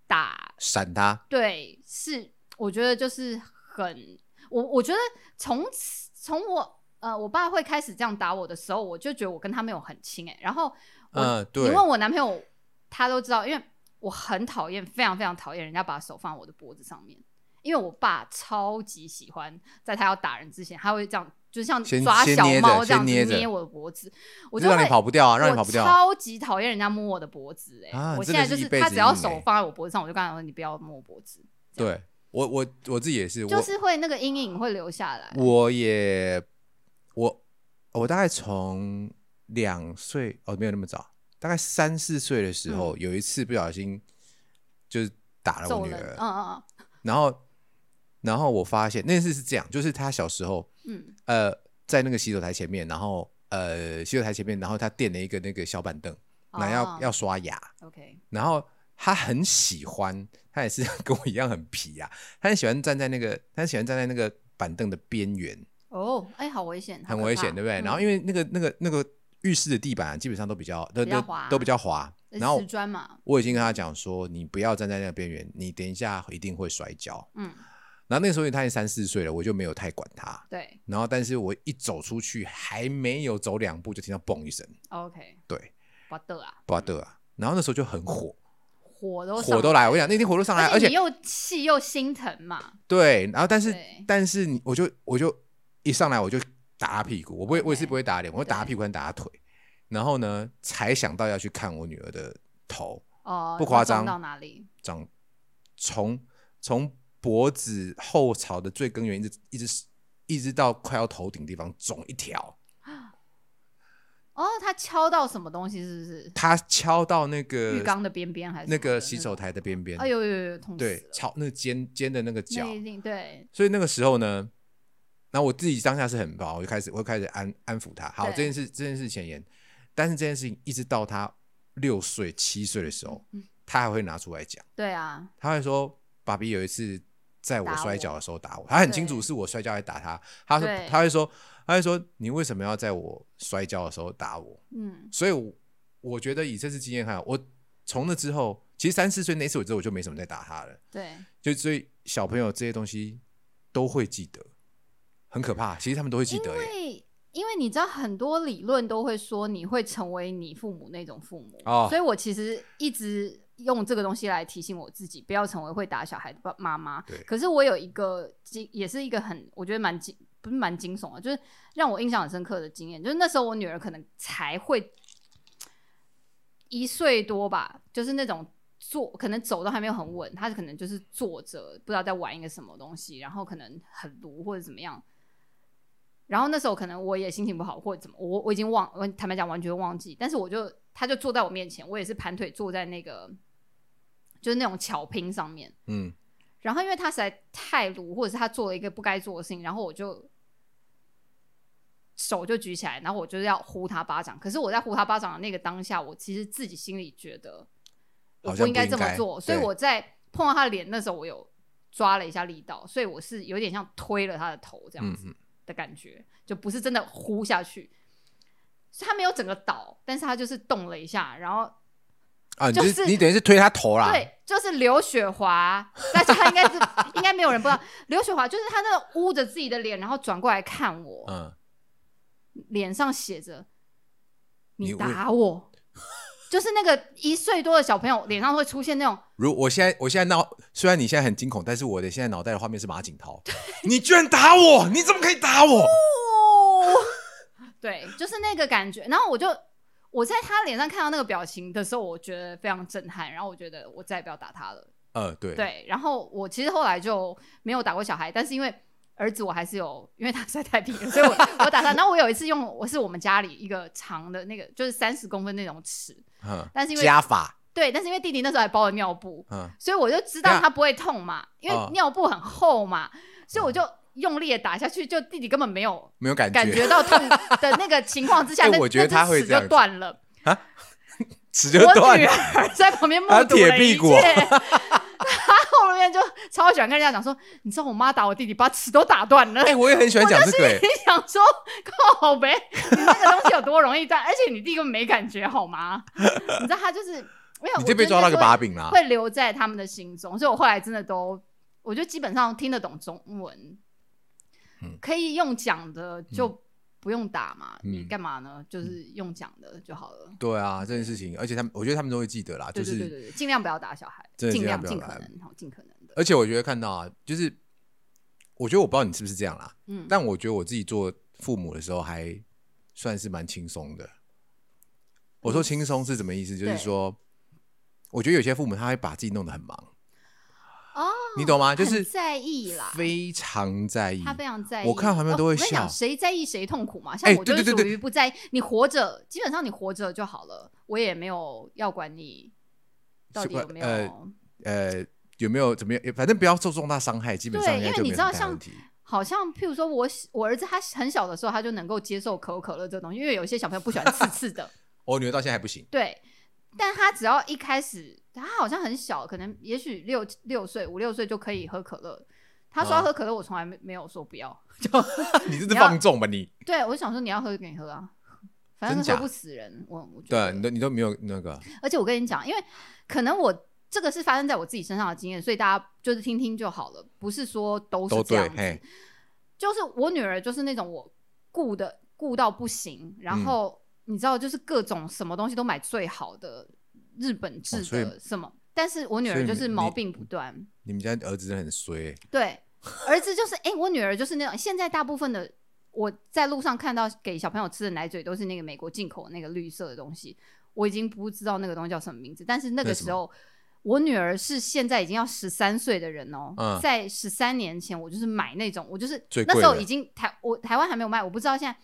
Speaker 3: 打，
Speaker 2: 闪他，
Speaker 3: 对，是我觉得就是很，我我觉得从此从我呃我爸会开始这样打我的时候，我就觉得我跟他没有很亲诶，欸然后我
Speaker 2: 嗯，
Speaker 3: 你
Speaker 2: 对，
Speaker 3: 问我男朋友，他都知道，因为我很讨厌，非常非常讨厌人家把手放在我的脖子上面，因为我爸超级喜欢在他要打人之前，他会这样，就像
Speaker 2: 先
Speaker 3: 抓
Speaker 2: 先
Speaker 3: 小
Speaker 2: 捏着
Speaker 3: 猫这样子
Speaker 2: 先捏着
Speaker 3: 捏我的脖子，我
Speaker 2: 就
Speaker 3: 会
Speaker 2: 让你跑不掉啊，
Speaker 3: 我
Speaker 2: 让你跑不掉，
Speaker 3: 超级讨厌人家摸我的脖子、欸，哎、
Speaker 2: 啊
Speaker 3: 我
Speaker 2: 真
Speaker 3: 现
Speaker 2: 的是
Speaker 3: 在就
Speaker 2: 一
Speaker 3: 是
Speaker 2: 辈
Speaker 3: 他
Speaker 2: 子
Speaker 3: 只要
Speaker 2: 阴
Speaker 3: 手
Speaker 2: 影欸
Speaker 3: 放在我脖子上，我就跟他说你不要摸我脖子，
Speaker 2: 对我我我自己也是，
Speaker 3: 就
Speaker 2: 我
Speaker 3: 是会那个阴影会留下来。
Speaker 2: 我也我我大概从两岁哦，没有那么早，大概三四岁的时候，有一次不小心就是打了
Speaker 3: 嗯揍
Speaker 2: 我女
Speaker 3: 人，
Speaker 2: 儿，
Speaker 3: 嗯嗯
Speaker 2: 然后然后我发现那次是这样，就是她小时候，
Speaker 3: 嗯
Speaker 2: 呃，在那个洗手台前面，然后呃，洗手台前面，然后他垫了一个那个小板凳，
Speaker 3: 哦
Speaker 2: 然后要、要刷牙，
Speaker 3: 嗯，OK，
Speaker 2: 然后他很喜欢，他也是 跟我一样很皮啊，他很喜欢站在那个，他很喜欢站在那个板凳的边缘，
Speaker 3: 哦，哎、好危险，好
Speaker 2: 很
Speaker 3: 可
Speaker 2: 危
Speaker 3: 怕
Speaker 2: 险，对不对？
Speaker 3: 嗯
Speaker 2: 然后因为那个那个那个浴室的地板、啊、基本上都比较都
Speaker 3: 比较
Speaker 2: 都
Speaker 3: 滑
Speaker 2: 都比较滑，
Speaker 3: 呃
Speaker 2: 然后
Speaker 3: 瓷砖嘛，
Speaker 2: 我已经跟他讲说，你不要站在那个边缘，你等一下一定会摔跤。
Speaker 3: 嗯，
Speaker 2: 然后那个时候他也三四岁了，我就没有太管他。
Speaker 3: 对
Speaker 2: 然后但是我一走出去，还没有走两步，就听到嘣一声，
Speaker 3: ，OK，
Speaker 2: 对，
Speaker 3: 巴豆啊，
Speaker 2: 巴德啊，然后那时候就很火，
Speaker 3: 火都上
Speaker 2: 火都来。我跟你讲，那天火都上来，而且
Speaker 3: 你又气又心疼嘛，
Speaker 2: 对，然后但是
Speaker 3: 对
Speaker 2: 但是你，我就我就一上来我就打他屁股，我不会，我也是不会打他脸，我会打他屁股跟打他腿。然后呢，才想到要去看我女儿的头
Speaker 3: 哦、
Speaker 2: 不夸张
Speaker 3: 撞到哪里？
Speaker 2: 长，从从脖子后槽的最根源一直一直一直到快要头顶的地方肿一条，
Speaker 3: 哦，他敲到什么东西是不是？
Speaker 2: 他敲到那个
Speaker 3: 浴缸的边边还是
Speaker 2: 那个
Speaker 3: 什么的
Speaker 2: 洗手台的边边，
Speaker 3: 哎呦呦呦呦，痛死
Speaker 2: 对，
Speaker 3: 了！
Speaker 2: 朝那个尖尖的那个角
Speaker 3: 那，一定对，
Speaker 2: 所以那个时候呢，然后我自己当下是很忙，我就开始我就开始安安抚他。好，
Speaker 3: 对
Speaker 2: 这件事这件事前言，但是这件事情一直到他六岁七岁的时候，
Speaker 3: 嗯
Speaker 2: 他还会拿出来讲，
Speaker 3: 对啊，
Speaker 2: 他会说：“爸比有一次在我
Speaker 3: 打
Speaker 2: 摔
Speaker 3: 我
Speaker 2: 跤的时候打我，他很清楚
Speaker 3: 对
Speaker 2: 是我摔跤还打他。”他说
Speaker 3: 对：“
Speaker 2: 他会说，他会说你为什么要在我摔跤的时候打我？”
Speaker 3: 嗯，
Speaker 2: 所以我，我觉得以这次经验看，我从那之后，其实三四岁那次我之后我就没什么再打他了。
Speaker 3: 对，
Speaker 2: 就所以小朋友这些东西都会记得，很可怕。其实他们都会记得
Speaker 3: 因
Speaker 2: 耶。
Speaker 3: 为因为你知道很多理论都会说你会成为你父母那种父母，
Speaker 2: 哦
Speaker 3: 所以我其实一直用这个东西来提醒我自己，不要成为会打小孩的爸妈妈
Speaker 2: 对。
Speaker 3: 可是我有一个经，也是一个很我觉得蛮惊，不是蛮惊悚的，就是让我印象很深刻的经验，就是那时候我女儿可能才会一岁多吧，就是那种坐，可能走都还没有很稳，她可能就是坐着，不知道在玩一个什么东西，然后可能很撸或者怎么样。然后那时候可能我也心情不好或者怎么，我我已经忘，我坦白讲完全忘记，但是我就她就坐在我面前，我也是盘腿坐在那个就是那种巧拼上面，
Speaker 2: 嗯，
Speaker 3: 然后因为他实在太鲁，或者是他做了一个不该做的事情，然后我就手就举起来，然后我就是要呼他巴掌。可是我在呼他巴掌的那个当下，我其实自己心里觉得我
Speaker 2: 好像
Speaker 3: 应该
Speaker 2: 不应
Speaker 3: 这么
Speaker 2: 该
Speaker 3: 做，所以
Speaker 2: 对
Speaker 3: 我在碰到他的脸那时候，我有抓了一下力道，所以我是有点像推了他的头
Speaker 2: 嗯
Speaker 3: 这样子的感觉，就不是真的呼下去。所以他没有整个倒，但是他就是动了一下，然后
Speaker 2: 啊，你、
Speaker 3: 就是是
Speaker 2: 你等于是推他头啦。
Speaker 3: 对，就是刘雪华，但是他应该是应该没有人不知道，刘雪华就是他那个捂着自己的脸，然后转过来看我，
Speaker 2: 嗯，
Speaker 3: 脸上写着“
Speaker 2: 你
Speaker 3: 你
Speaker 2: 为
Speaker 3: 打我”，就是那个一岁多的小朋友脸上会出现那种
Speaker 2: 如我现在我现在脑，虽然你现在很惊恐，但是我的现在脑袋的画面是马景涛，你居然打我，你怎么可以打我？
Speaker 3: 对，就是那个感觉。然后我就我在他脸上看到那个表情的时候，我觉得非常震撼，然后我觉得我再也不要打他了。
Speaker 2: 呃，对，
Speaker 3: 对，然后我其实后来就没有打过小孩，但是因为儿子我还是有，因为他实在太皮了，所以我我打他。然后我有一次用，我是我们家里一个长的那个，就是三十公分那种尺，
Speaker 2: 嗯，
Speaker 3: 但是因为
Speaker 2: 加法，
Speaker 3: 对，但是因为弟弟那时候还包了尿布，
Speaker 2: 嗯，
Speaker 3: 所以我就知
Speaker 2: 等
Speaker 3: 道
Speaker 2: 下
Speaker 3: 他不会痛嘛，因
Speaker 2: 哦
Speaker 3: 为尿布很厚嘛，所以我就用力的打下去，就弟弟根本没有
Speaker 2: 没有嗯感
Speaker 3: 感觉到痛的那个情况之下，
Speaker 2: 哎
Speaker 3: 那
Speaker 2: 我觉得
Speaker 3: 那只
Speaker 2: 他会
Speaker 3: 尺
Speaker 2: 这样
Speaker 3: 就
Speaker 2: 子
Speaker 3: 断了。
Speaker 2: 尺就
Speaker 3: 我
Speaker 2: 断
Speaker 3: 女
Speaker 2: 了。
Speaker 3: 儿在旁边目
Speaker 2: 她
Speaker 3: 睹
Speaker 2: 铁
Speaker 3: 了
Speaker 2: 屁
Speaker 3: 一
Speaker 2: 股
Speaker 3: 切。 她后面就超喜欢跟人家讲说，你知道我妈打我弟弟，把尺都打断了。
Speaker 2: 哎、我也很喜欢讲这个、哎
Speaker 3: 你想说靠呗，你那个东西有多容易断，而且你弟根本没感觉好吗？你知道他就是没有，
Speaker 2: 你
Speaker 3: 我
Speaker 2: 就被
Speaker 3: 觉得
Speaker 2: 抓到
Speaker 3: 那
Speaker 2: 个
Speaker 3: 时候
Speaker 2: 把柄啊啦。
Speaker 3: 会留在他们的心中，所以我后来真的都，我就基本上听得懂中文，
Speaker 2: 嗯
Speaker 3: 可以用讲的就不用打嘛，
Speaker 2: 嗯
Speaker 3: 你干嘛呢？就是用讲的就好了。
Speaker 2: 对啊，这件事情，而且他们，我觉得他们都会记得啦，就
Speaker 3: 对
Speaker 2: 是
Speaker 3: 对对对对，尽量不要打小孩，
Speaker 2: 真的
Speaker 3: 尽
Speaker 2: 尽量
Speaker 3: 量
Speaker 2: 不要
Speaker 3: 尽
Speaker 2: 打
Speaker 3: 可能，好，尽可能的。
Speaker 2: 而且我觉得看到啊，就是我觉得我不知道你是不是这样啦，
Speaker 3: 嗯，
Speaker 2: 但我觉得我自己做父母的时候还算是蛮轻松的。我说轻松是什么意思？就是说，我觉得有些父母他会把自己弄得很忙，
Speaker 3: 哦，
Speaker 2: 你懂吗？就
Speaker 3: 很
Speaker 2: 是
Speaker 3: 在意啦
Speaker 2: 非常在意
Speaker 3: 他。非常在意。
Speaker 2: 我看他们都会
Speaker 3: 哦我跟你
Speaker 2: 笑
Speaker 3: 讲谁在意谁痛苦嘛？像
Speaker 2: 哎
Speaker 3: 我就
Speaker 2: 对
Speaker 3: 是
Speaker 2: 对
Speaker 3: 属
Speaker 2: 对
Speaker 3: 于不在意，你活着，基本上你活着就好了，我也没有要管你到底
Speaker 2: 是
Speaker 3: 有没有。
Speaker 2: 呃呃，有没有怎么样？反正不要受重大伤害，基本上
Speaker 3: 对
Speaker 2: 应该
Speaker 3: 因为
Speaker 2: 就没
Speaker 3: 你
Speaker 2: 有
Speaker 3: 知道
Speaker 2: 太大
Speaker 3: 像
Speaker 2: 问题。
Speaker 3: 好像譬如说我喜我儿子他很小的时候他就能够接受可口可乐这东西，因为有一些小朋友不喜欢刺刺的，
Speaker 2: 我哦女儿到现在还不行。
Speaker 3: 对。但他只要一开始，他好像很小，可能也许六六岁、五六岁就可以喝可乐。他说要
Speaker 2: 哦
Speaker 3: 喝可乐，我从来没没有说不要。
Speaker 2: 你这是
Speaker 3: 你要
Speaker 2: 放纵吧你？
Speaker 3: 对，我就想说你要喝就给你喝啊，反正
Speaker 2: 真假
Speaker 3: 喝不死人。我我觉
Speaker 2: 对，你都
Speaker 3: 得
Speaker 2: 你都没有那个，
Speaker 3: 而且我跟你讲，因为可能我这个是发生在我自己身上的经验，所以大家就是听听就好了，不是说都
Speaker 2: 都
Speaker 3: 是这
Speaker 2: 对
Speaker 3: 样
Speaker 2: 嘿
Speaker 3: 子。就是我女儿就是那种我顾的
Speaker 2: 嗯
Speaker 3: 顾到不行，然后你知道，就是各种什么东西都买最好的。日本制
Speaker 2: 哦所以
Speaker 3: 的什么，但是我女
Speaker 2: 所
Speaker 3: 儿
Speaker 2: 以
Speaker 3: 就是
Speaker 2: 你
Speaker 3: 毛病不断，
Speaker 2: 你们家儿子真的很衰、
Speaker 3: 对，儿子就是哎、我女儿就是那种现在大部分的我在路上看到给小朋友吃的奶嘴都是那个美国进口的那个绿色的东西，我已经不知道那个东西叫什么名字，但是那
Speaker 2: 那
Speaker 3: 个
Speaker 2: 是
Speaker 3: 时候。我女儿是现在已经要十三岁的人哦，
Speaker 2: 嗯
Speaker 3: 在十三年前，我就是买那种，我就是
Speaker 2: 最贵
Speaker 3: 那时候
Speaker 2: 的
Speaker 3: 已经台我台湾还没有卖，我不知道现在，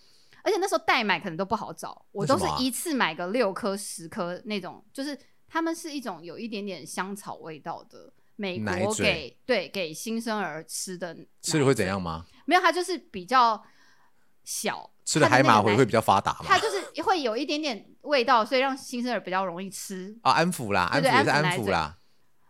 Speaker 3: 而且那时候代买可能都不好找，我
Speaker 2: 为
Speaker 3: 都
Speaker 2: 什
Speaker 3: 是
Speaker 2: 么啊
Speaker 3: 一次买个六颗十颗那种，就是他们是一种有一点点香草味道的美
Speaker 2: 奶
Speaker 3: 国
Speaker 2: 嘴
Speaker 3: 给对给新生儿吃的，
Speaker 2: 吃了会怎样吗？
Speaker 3: 没有，它就是比较小，
Speaker 2: 吃了海
Speaker 3: 它的那个
Speaker 2: 马回
Speaker 3: 奶
Speaker 2: 会比较发达
Speaker 3: 它
Speaker 2: 嘛？
Speaker 3: 就是会有一点点味道，所以让新生儿比较容易吃。
Speaker 2: 啊，安抚啦，安
Speaker 3: 对对
Speaker 2: 抚也是安
Speaker 3: 安抚奶
Speaker 2: 抚
Speaker 3: 嘴
Speaker 2: 啦，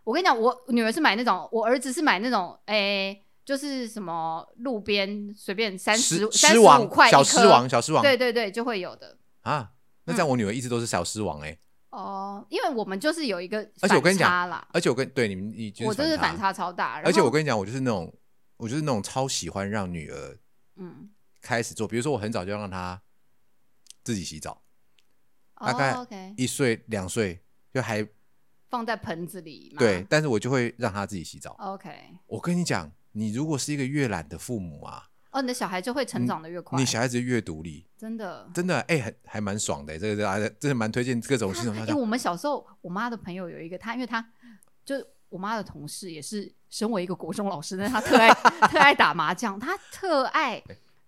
Speaker 3: 我跟你讲，我女儿是买那种，我儿子是买那种，诶、就是什么路边随便三十
Speaker 2: 狮
Speaker 3: 三十
Speaker 2: 狮
Speaker 3: 五
Speaker 2: 王
Speaker 3: 块一
Speaker 2: 小
Speaker 3: 颗，
Speaker 2: 狮王，小狮王，
Speaker 3: 对对对，就会有的。
Speaker 2: 啊，那这样我女儿一直都是小狮王哎、
Speaker 3: 哦，因为我们就是有一个，
Speaker 2: 而且我跟你讲
Speaker 3: 啦，
Speaker 2: 而且我跟对你们，你就
Speaker 3: 我真
Speaker 2: 是
Speaker 3: 是反，差超大。然
Speaker 2: 而且
Speaker 3: 后
Speaker 2: 我跟你讲，我就是那种，我就是那种超喜欢让女儿
Speaker 3: 嗯，
Speaker 2: 开始做，比如说我很早就让她自己洗澡，大概
Speaker 3: 哦、OK
Speaker 2: 一岁两岁就还
Speaker 3: 放在盆子里嘛。
Speaker 2: 对，但是我就会让她自己洗澡。
Speaker 3: ，OK。
Speaker 2: 我跟你讲，你如果是一个越懒的父母啊，
Speaker 3: 哦，你的小孩就会成长的越快，
Speaker 2: 你小孩子越独立，
Speaker 3: 真的。
Speaker 2: 真的哎、很还蛮爽的、这个这个真的蛮推荐各种新手
Speaker 3: 因
Speaker 2: 家
Speaker 3: 为
Speaker 2: 长。
Speaker 3: 我们小时候，我妈的朋友有一个，她因为她就是我妈的同事，也是身为一个国中老师，但是她 特爱特爱打麻将，她特爱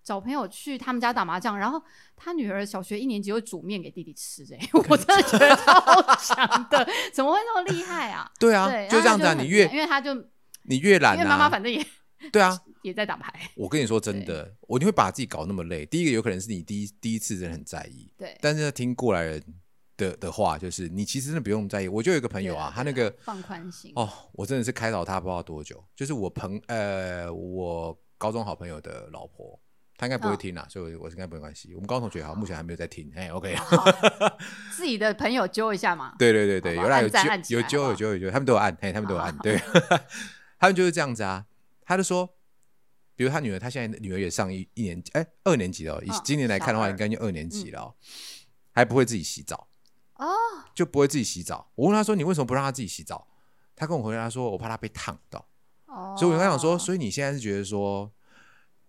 Speaker 3: 找朋友去他们家打麻将，然后她女儿小学一年级就煮面给弟弟吃、 哎，我真的觉得超强的，怎么会那么厉害啊？
Speaker 2: 对啊，
Speaker 3: 对，
Speaker 2: 就
Speaker 3: 然后
Speaker 2: 这样子
Speaker 3: 她
Speaker 2: 啊，
Speaker 3: 很
Speaker 2: 你
Speaker 3: 厉害因
Speaker 2: 越
Speaker 3: 为她就因
Speaker 2: 你越懒
Speaker 3: 为妈妈
Speaker 2: 啊，
Speaker 3: 反正也
Speaker 2: 对啊，
Speaker 3: 也在打牌，
Speaker 2: 我跟你说真的，我你会把自己搞那么累。第一个有可能是你第一第一次真的很在意，
Speaker 3: 对，
Speaker 2: 但是听过来人的的话，就是你其实真的不用在意。我就有一个朋友
Speaker 3: 对
Speaker 2: 啊
Speaker 3: 啊，
Speaker 2: 他那
Speaker 3: 对啊
Speaker 2: 个
Speaker 3: 放宽心
Speaker 2: 哦，我真的是开导他不知道多久。就是我朋呃，我高中好朋友的老婆，她应该不会
Speaker 3: 嗯
Speaker 2: 听啊，所以我我应该没关系。我们高中同学好像目前还没有在听，哎，OK，
Speaker 3: 好自己的朋友揪一下嘛，
Speaker 2: 对对对对，
Speaker 3: 好吧
Speaker 2: 有啦有
Speaker 3: 按赞按起
Speaker 2: 揪有
Speaker 3: 来好
Speaker 2: 揪
Speaker 3: 不
Speaker 2: 有
Speaker 3: 好
Speaker 2: 揪有揪，他们都有按，嘿，他们都有按，
Speaker 3: 好
Speaker 2: 对， 他们就是这样子啊。他就说，比如他女儿，他现在女儿也上一一年级，哎，二年级了哦，以
Speaker 3: 嗯
Speaker 2: 今年来看的
Speaker 3: 小
Speaker 2: 话，
Speaker 3: 二嗯
Speaker 2: 应该就二年级了哦，还不会自己洗澡，
Speaker 3: 哦，
Speaker 2: 就不会自己洗澡。我问他说，你为什么不让他自己洗澡？他跟我回答说，我怕他被烫到。
Speaker 3: 哦，
Speaker 2: 所以我跟他讲说，所以你现在是觉得说，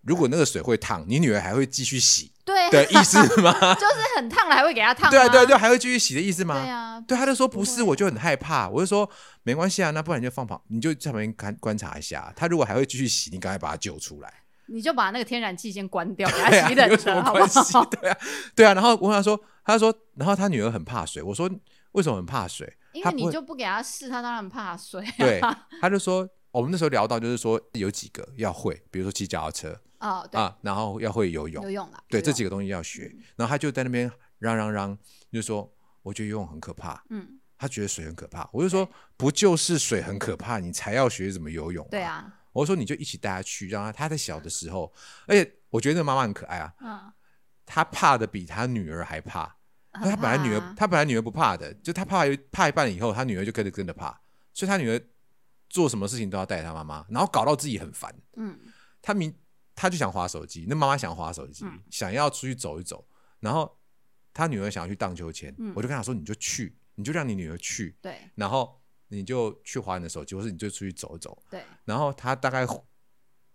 Speaker 2: 如果那个水会烫，你女儿还会继续 洗
Speaker 3: 对啊
Speaker 2: 的意思吗？
Speaker 3: 就是很烫了还会给他烫吗，
Speaker 2: 对啊，对啊，对啊，还会继续洗的意思吗？
Speaker 3: 对啊，
Speaker 2: 对，他就说不
Speaker 3: 会
Speaker 2: 是，
Speaker 3: 啊
Speaker 2: 我就很害怕。我就说没关系啊，那不然你就放旁，你就在旁边看观察一下。他如果还会继续洗，你赶快把他救出来。
Speaker 3: 你就把那个天然气先关掉，给
Speaker 2: 对
Speaker 3: 它
Speaker 2: 啊
Speaker 3: 洗
Speaker 2: 有
Speaker 3: 冷
Speaker 2: 什
Speaker 3: 着，
Speaker 2: 么
Speaker 3: 好不
Speaker 2: 关系
Speaker 3: 好？？
Speaker 2: 对啊，对啊。然后我问他说，他说，然后他女儿很怕水。我说为什么很怕水？
Speaker 3: 因
Speaker 2: 它
Speaker 3: 为
Speaker 2: 不
Speaker 3: 你
Speaker 2: 会
Speaker 3: 就不给它试，它当然怕水、啊。
Speaker 2: 对，他就说我们那时候聊到就是说有几个要会，比如说骑脚踏车
Speaker 3: 哦，对，
Speaker 2: 啊，然后要会游泳
Speaker 3: 游，泳啦，嗯
Speaker 2: 对，这
Speaker 3: 游
Speaker 2: 几个东西要学。然后他就在那边嚷嚷嚷，就说我觉得游泳很可怕。
Speaker 3: 泳嗯，
Speaker 2: 他觉得水很可怕，我就说不就是水很可怕，你才要学怎么游泳、
Speaker 3: 对，啊，
Speaker 2: 我说你就一起带他去，让他他在小的时候，而且我觉得那妈妈很可爱啊，
Speaker 3: 嗯，
Speaker 2: 她怕的比她女儿还怕。
Speaker 3: 很
Speaker 2: 她本来
Speaker 3: 怕
Speaker 2: 女儿
Speaker 3: 啊
Speaker 2: 她本来女儿不怕的，就她怕怕一半以后，她女儿就跟着跟着怕，所以她女儿做什么事情都要带她妈妈，然后搞到自己很烦。
Speaker 3: 嗯，
Speaker 2: 她明她就想划手机，那妈妈想划手机，
Speaker 3: 嗯
Speaker 2: 想要出去走一走，然后她女儿想要去荡秋千，
Speaker 3: 嗯
Speaker 2: 我就跟她说你就去，你就让你女儿去，
Speaker 3: 对
Speaker 2: 然后你就去划你的手机，或是你就出去走一走。
Speaker 3: 对，
Speaker 2: 然后他大概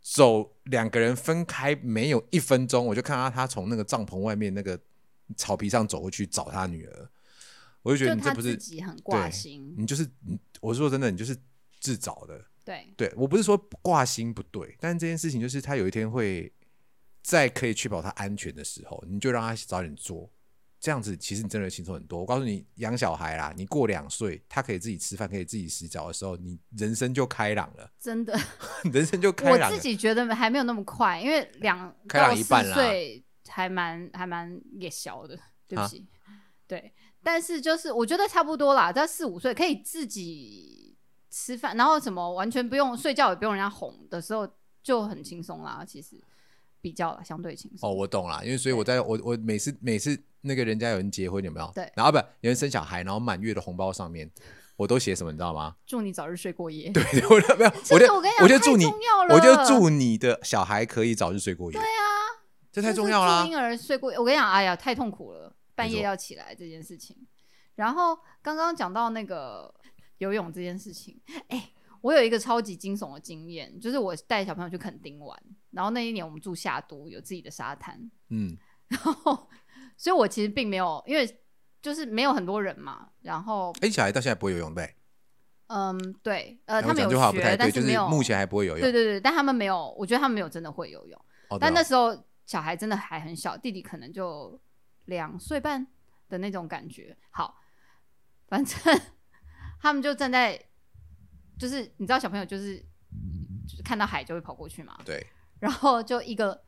Speaker 2: 走两个人分开没有一分钟，我就看到他从那个帐篷外面那个草皮上走过去找他女儿，我就觉得
Speaker 3: 就
Speaker 2: 你这
Speaker 3: 他
Speaker 2: 不
Speaker 3: 自
Speaker 2: 是
Speaker 3: 己很挂
Speaker 2: 对
Speaker 3: 心，
Speaker 2: 你就是你，我说真的，你就是自找的。
Speaker 3: 对，
Speaker 2: 对我不是说挂心不对，但这件事情就是他有一天会在可以确保他安全的时候，你就让他早点做。这样子其实你真的轻松很多。我告诉你，养小孩啦，你过两岁，他可以自己吃饭，可以自己洗澡的时候，你人生就开朗了，
Speaker 3: 真的，
Speaker 2: 人生就开
Speaker 3: 我
Speaker 2: 朗了
Speaker 3: 自。己觉得还没有那么快，因为两
Speaker 2: 开朗
Speaker 3: 到
Speaker 2: 一
Speaker 3: 四
Speaker 2: 半啦
Speaker 3: 岁还蛮还蛮也小的，对不
Speaker 2: 啊
Speaker 3: 起，对，但是就是我觉得差不多啦，在四五岁可以自己吃饭，然后什么完全不用睡觉也不用人家哄的时候就很轻松啦，其实比较啦相对轻松。
Speaker 2: 哦，我懂啦，因为所以我在我我每次每次那个人家有人结婚有没有？
Speaker 3: 对
Speaker 2: 然后不有人生小孩，然后满月的红包上面，我都写什么你知道吗？
Speaker 3: 祝你早日睡过夜。
Speaker 2: 对，我就没有，
Speaker 3: 这
Speaker 2: 我
Speaker 3: 个
Speaker 2: 就
Speaker 3: 我跟你
Speaker 2: 我就
Speaker 3: 讲太
Speaker 2: 祝你
Speaker 3: 重要，了
Speaker 2: 我就祝你的小孩可以早日睡过夜。对啊，这
Speaker 3: 这
Speaker 2: 太重要啦
Speaker 3: 婴。儿睡过夜，我跟你讲，哎呀，太痛苦了，半
Speaker 2: 没
Speaker 3: 夜
Speaker 2: 错
Speaker 3: 要起来这件事情。然后刚刚讲到那个游泳这件事情，哎、我有一个超级惊悚的经验，就是我带小朋友去垦丁玩，然后那一年我们住夏都，有自己的沙滩，
Speaker 2: 嗯，
Speaker 3: 然后所以我其实并没有，因为就是没有很多人嘛，然后
Speaker 2: 哎，你小孩到现在不会游泳呗？
Speaker 3: 嗯，对，呃，他
Speaker 2: 哎我
Speaker 3: 们
Speaker 2: 讲
Speaker 3: 有
Speaker 2: 这话不太
Speaker 3: 学，
Speaker 2: 对，
Speaker 3: 但
Speaker 2: 就是是
Speaker 3: 没有，
Speaker 2: 目前还不会游
Speaker 3: 对
Speaker 2: 泳。
Speaker 3: 对对，但他们没有，我觉得他们没有真的会游泳。
Speaker 2: 哦，
Speaker 3: 但
Speaker 2: 对
Speaker 3: 那
Speaker 2: 哦
Speaker 3: 时候小孩真的还很小，弟弟可能就两岁半的那种感觉。好，反正他们就站在，就是你知道小朋友就是就是看到海就会跑过去嘛，
Speaker 2: 对，
Speaker 3: 然后就一个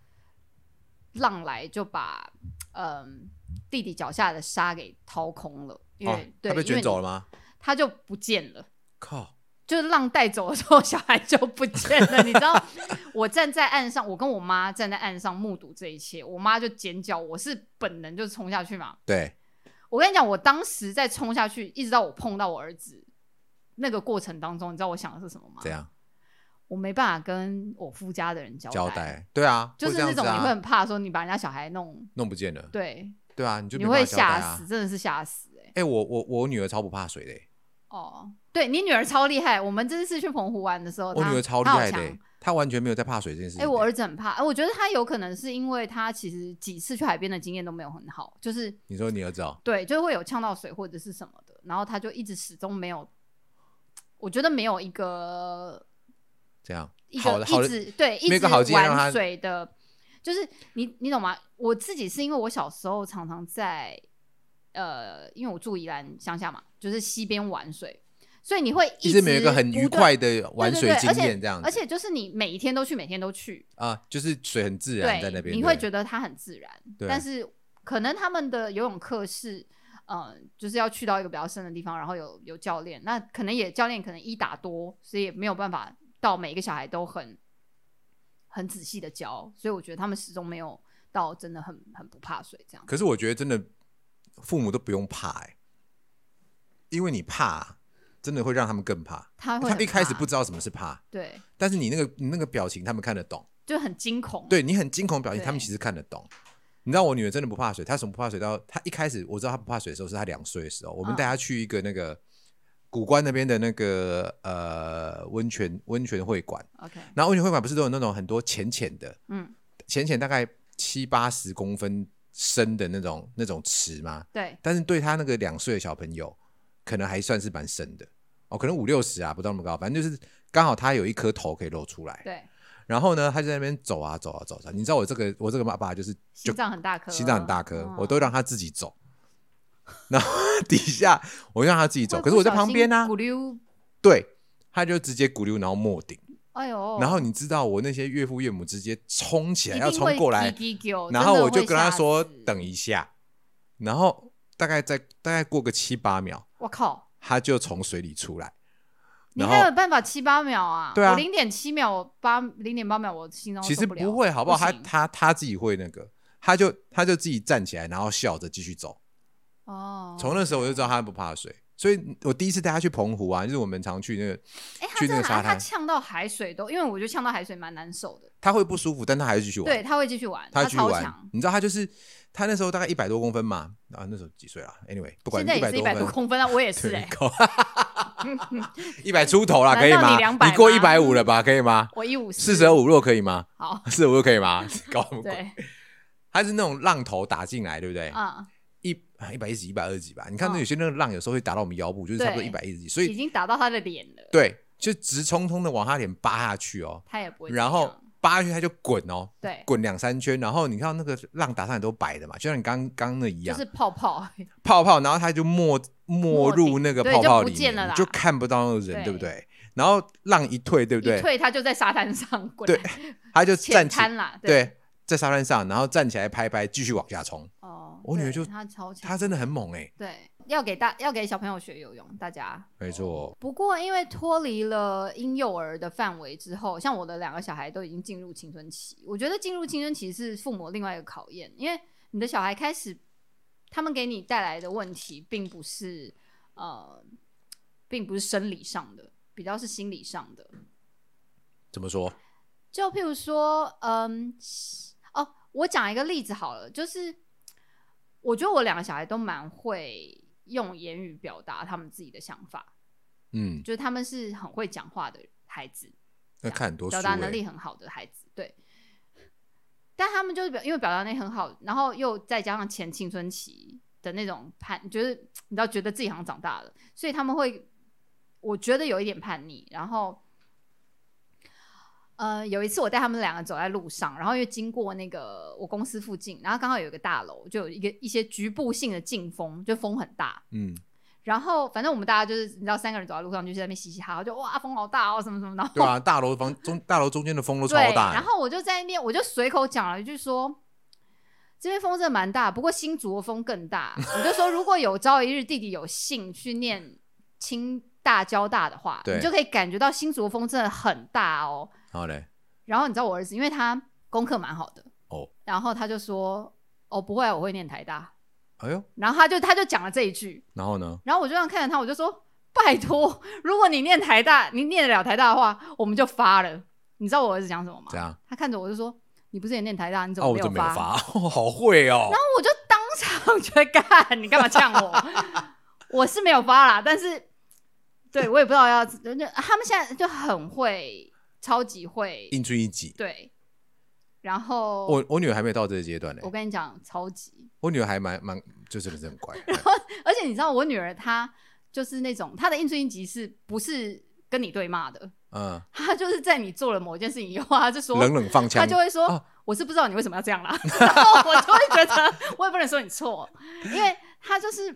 Speaker 3: 浪来就把嗯弟弟脚下的沙给掏空了，因为、
Speaker 2: 哦，
Speaker 3: 对，
Speaker 2: 他被卷走了
Speaker 3: 吗？
Speaker 2: 吗？
Speaker 3: 他就不见了。
Speaker 2: 靠，
Speaker 3: 就是浪带走了之后，小孩就不见了。 你知道，我站在岸上，我跟我妈站在岸上目睹这一切，我妈就尖叫，我是本能就冲下去嘛。
Speaker 2: 对，
Speaker 3: 我跟你讲，我当时在冲下去，一直到我碰到我儿子那个过程当中，你知道我想的是什么吗
Speaker 2: 怎？样
Speaker 3: 我没办法跟我夫家的人交
Speaker 2: 交代？对啊，
Speaker 3: 就是
Speaker 2: 会这
Speaker 3: 那
Speaker 2: 样子
Speaker 3: 种你会
Speaker 2: 啊，
Speaker 3: 很怕说你把人家小孩弄
Speaker 2: 弄不见了，
Speaker 3: 对，
Speaker 2: 对啊，你就
Speaker 3: 你
Speaker 2: 没办
Speaker 3: 会
Speaker 2: 法交代
Speaker 3: 吓
Speaker 2: 啊
Speaker 3: 死，。真的是吓死哎、
Speaker 2: 哎，我我我女儿超不怕水的欸，
Speaker 3: 哦，对你女儿超厉害，我们这次去澎湖玩的时候，
Speaker 2: 我
Speaker 3: 哦她
Speaker 2: 女儿超厉
Speaker 3: 她好
Speaker 2: 害的
Speaker 3: 强
Speaker 2: 欸，她完全没有在怕水这件事情
Speaker 3: 哎、
Speaker 2: 的欸。
Speaker 3: 我儿子很怕，哎、我觉得他有可能是因为他其实几次去海边的经验都没有很好，就是
Speaker 2: 你说你儿子哦，
Speaker 3: 对，就会有呛到水或者是什么的，然后他就一直始终没有，我觉得没有一个
Speaker 2: 这样
Speaker 3: 一
Speaker 2: 好
Speaker 3: 个
Speaker 2: 的好
Speaker 3: 一
Speaker 2: 的，
Speaker 3: 直对一
Speaker 2: 没有一
Speaker 3: 直
Speaker 2: 个好经验让他
Speaker 3: 玩水的，就是你你懂吗？我自己是因为我小时候常常在呃，因为我住宜兰乡下嘛，就是溪边玩水，所以你会
Speaker 2: 一直
Speaker 3: 直
Speaker 2: 没有一个很愉
Speaker 3: 不断
Speaker 2: 快的玩
Speaker 3: 对
Speaker 2: 水
Speaker 3: 对对
Speaker 2: 经
Speaker 3: 而且
Speaker 2: 验这样子，
Speaker 3: 而且就是你每一天都去，每天都去，
Speaker 2: 啊，就是水很自然
Speaker 3: 对，
Speaker 2: 在那边，
Speaker 3: 你
Speaker 2: 对
Speaker 3: 会觉得它很自然。
Speaker 2: 对
Speaker 3: 但是可能他们的游泳课是，呃，就是要去到一个比较深的地方，然后有有教练，那可能也教练可能一打多，所以也没有办法到每一个小孩都很很仔细的教，所以我觉得他们始终没有到真的很很不怕水这样。
Speaker 2: 可是我觉得真的父母都不用怕哎、因为你怕，真的会让他们更怕。
Speaker 3: 他会
Speaker 2: 他
Speaker 3: 很
Speaker 2: 们一开始
Speaker 3: 怕
Speaker 2: 不知道什么是怕，
Speaker 3: 对，
Speaker 2: 但是你那个你那个表情他们看得懂，
Speaker 3: 就很惊恐。
Speaker 2: 对你很惊恐的表情
Speaker 3: 对
Speaker 2: 他们其实看得懂。你知道我女儿真的不怕水，她什么不怕水到她一开始我知道她不怕水的时候是她两岁的时候，我们
Speaker 3: 嗯
Speaker 2: 带她去一个那个古关那边的那个呃温泉温泉会馆，
Speaker 3: ，OK，
Speaker 2: 然后温泉会馆不是都有那种很多浅浅的，
Speaker 3: 嗯，
Speaker 2: 浅浅大概七八十公分深的那种那种池吗？
Speaker 3: 对，
Speaker 2: 但是对他那个两岁的小朋友，可能还算是蛮深的哦，可能五六十啊，不到那么高，反正就是刚好他有一颗头可以露出来。
Speaker 3: 对，
Speaker 2: 然后呢，他就在那边走啊走啊走啊，你知道我这个我这个爸爸就是就
Speaker 3: 心脏很大颗，
Speaker 2: 心脏很大颗，
Speaker 3: 嗯
Speaker 2: 我都让他自己走。然后 底下我让他自己走，
Speaker 3: 嗯会
Speaker 2: 可是我在
Speaker 3: 不小
Speaker 2: 旁边
Speaker 3: 心
Speaker 2: 呢、啊
Speaker 3: 咕，溜，
Speaker 2: 对，他就直接咕溜，然后没顶。
Speaker 3: 哎呦，
Speaker 2: 然后你知道我那些岳父岳母直接冲起来
Speaker 3: 一
Speaker 2: 要
Speaker 3: 定会
Speaker 2: 冲过来，
Speaker 3: 叽叽啾
Speaker 2: 然后我
Speaker 3: 真的
Speaker 2: 就
Speaker 3: 会
Speaker 2: 跟他
Speaker 3: 吓
Speaker 2: 说
Speaker 3: 死
Speaker 2: 等一下，然后大概在大概过个七八秒，
Speaker 3: 我靠，
Speaker 2: 他就从水里出来，
Speaker 3: 你
Speaker 2: 然
Speaker 3: 还有
Speaker 2: 后
Speaker 3: 办法七八秒啊？
Speaker 2: 对啊
Speaker 3: 我零点七秒，我八零点八秒，我心脏
Speaker 2: 其实
Speaker 3: 哦受不了
Speaker 2: 不会好不好？他
Speaker 3: 行
Speaker 2: 他他自己会那个，他就他就自己站起来，然后笑着继续走。
Speaker 3: 哦，
Speaker 2: 从那时候我就知道他不怕水，所以我第一次带他去澎湖啊，就是我们常去那个
Speaker 3: 哎，他
Speaker 2: 去
Speaker 3: 真
Speaker 2: 那个
Speaker 3: 的好
Speaker 2: 沙
Speaker 3: 像他
Speaker 2: 滩，
Speaker 3: 呛到海水都，因为我觉得呛到海水蛮难受的，
Speaker 2: 他会不舒服，但他还是继续玩。
Speaker 3: 对，他会继续玩，
Speaker 2: 他继续
Speaker 3: 超
Speaker 2: 玩
Speaker 3: 强，，
Speaker 2: 你知道他就是他那时候大概一百多公分嘛，啊那时候几岁啊？Anyway，不管
Speaker 3: 现在也是一百
Speaker 2: 100
Speaker 3: 多
Speaker 2: 公分，
Speaker 3: 公分啊，我也是
Speaker 2: 对
Speaker 3: 哎，，
Speaker 2: 高， 一百出头啦，可以
Speaker 3: 难
Speaker 2: 吗
Speaker 3: 道你？200
Speaker 2: 过一
Speaker 3: 吗
Speaker 2: 百五了吧？可以 吗？
Speaker 3: 我一五
Speaker 2: 四舍五入可以吗？
Speaker 3: 好，
Speaker 2: 四舍五入可以吗？ 搞什么鬼？
Speaker 3: 对，
Speaker 2: 它是那种浪头打进来，对不对？
Speaker 3: 啊，
Speaker 2: 一一百一十几、一百二十几吧。你看，那
Speaker 3: 嗯
Speaker 2: 有些那个浪有时候会打到我们腰部，就是差不多一
Speaker 3: 对
Speaker 2: 百一十几，所
Speaker 3: 已
Speaker 2: 以
Speaker 3: 经打到他的脸了，
Speaker 2: 对，就直冲冲的往他脸扒下去哦，
Speaker 3: 他也不会怎样，
Speaker 2: 然后扒下去他就滚哦，
Speaker 3: 对，
Speaker 2: 滚两三圈，然后你看到那个浪打上来都白的嘛，就像你刚刚那一
Speaker 3: 就
Speaker 2: 样
Speaker 3: 是，泡泡，
Speaker 2: 泡泡，然后它就没没入那个
Speaker 3: 对
Speaker 2: 泡泡
Speaker 3: 就
Speaker 2: 里
Speaker 3: 不见了
Speaker 2: 面，
Speaker 3: 啦
Speaker 2: 就看不到那个人，
Speaker 3: 对
Speaker 2: 对不对？然后浪一退，对不
Speaker 3: 一
Speaker 2: 对？
Speaker 3: 退他就在沙滩上滚，
Speaker 2: 对，他就
Speaker 3: 浅
Speaker 2: 站起，
Speaker 3: 滩啦，，
Speaker 2: 对，在沙滩上，然后站起来拍拍，继续往下冲。
Speaker 3: 哦，
Speaker 2: 我女儿
Speaker 3: 对
Speaker 2: 就
Speaker 3: 他超强，
Speaker 2: 他真的很猛哎、
Speaker 3: 对，要给大要给小朋友学游泳，大家。
Speaker 2: 没错，
Speaker 3: 不过因为脱离了婴幼儿的范围之后，像我的两个小孩都已经进入青春期，我觉得进入青春期是父母另外一个考验，因为你的小孩开始，他们给你带来的问题并不是呃，并不是生理上的，比较是心理上的。
Speaker 2: 怎么说？
Speaker 3: 就譬如说，嗯，哦，我讲一个例子好了，就是我觉得我两个小孩都蛮会用言语表达他们自己的想法，
Speaker 2: 嗯，
Speaker 3: 就是他们是很会讲话的孩子，
Speaker 2: 那看很多书、
Speaker 3: 表
Speaker 2: 欸，
Speaker 3: 达能力很好的孩子，对。但他们就是表，因为表达能力很好，然后又再加上前青春期的那种叛，就是你知道，觉得自己好像长大了，所以他们会，我觉得有一点叛逆。然后，呃，有一次我带他们两个走在路上，然后又经过那个我公司附近，然后刚好有一个大楼，就有一个一些局部性的劲风，就风很大，
Speaker 2: 嗯，
Speaker 3: 然后反正我们大家就是你知道，三个人走在路上就在那边嘻嘻哈哈，就哇风好大哦什么什么，然后
Speaker 2: 对啊，大楼房中大楼中间的风都超
Speaker 3: 对，
Speaker 2: 大欸、
Speaker 3: 然后我就在那边，我就随口讲了一句说，这边风真的蛮大，不过新竹的风更大。我就说，如果有朝一日弟弟有幸去念清大、交大的话，
Speaker 2: 对
Speaker 3: 你就可以感觉到新竹的风真的很大哦。
Speaker 2: 好嘞，
Speaker 3: 然后你知道我儿子，因为他功课蛮好的
Speaker 2: 哦，
Speaker 3: 然后他就说，哦不会，我会念台大。
Speaker 2: 哎呦，
Speaker 3: 然后他就他就讲了这一句，
Speaker 2: 然后呢？
Speaker 3: 然后我就这样看着他，我就说：“拜托，如果你念台大，你念得了台大的话，我们就发了。”你知道我儿子讲什么吗
Speaker 2: 怎？样？
Speaker 3: 他看着我就说：“你不是也念台大，你怎
Speaker 2: 啊，
Speaker 3: 么
Speaker 2: 我
Speaker 3: 没
Speaker 2: 怎
Speaker 3: 有
Speaker 2: 么没有
Speaker 3: 发？”
Speaker 2: 发？ 好会哦！
Speaker 3: 然后我就当场觉得干，你干嘛呛我？我是没有发啦，但是对我也不知道要，就他们现在就很会，超级会，
Speaker 2: 应出一集。
Speaker 3: 对。然后
Speaker 2: 我我女儿还没有到这个阶段呢、
Speaker 3: 我跟你讲，超级，
Speaker 2: 我女儿还蛮蛮，就真的是很 乖。哎
Speaker 3: 而且你知道我女儿她就是那种她的应对应急是不是跟你对骂的？
Speaker 2: 嗯，
Speaker 3: 他就是在你做了某件事情以后，他就说，
Speaker 2: 冷冷放枪，
Speaker 3: 他就会说、
Speaker 2: 啊
Speaker 3: 我是不知道你为什么要这样啦。 然后我就会觉得，我也不能说 你错，因为他就是，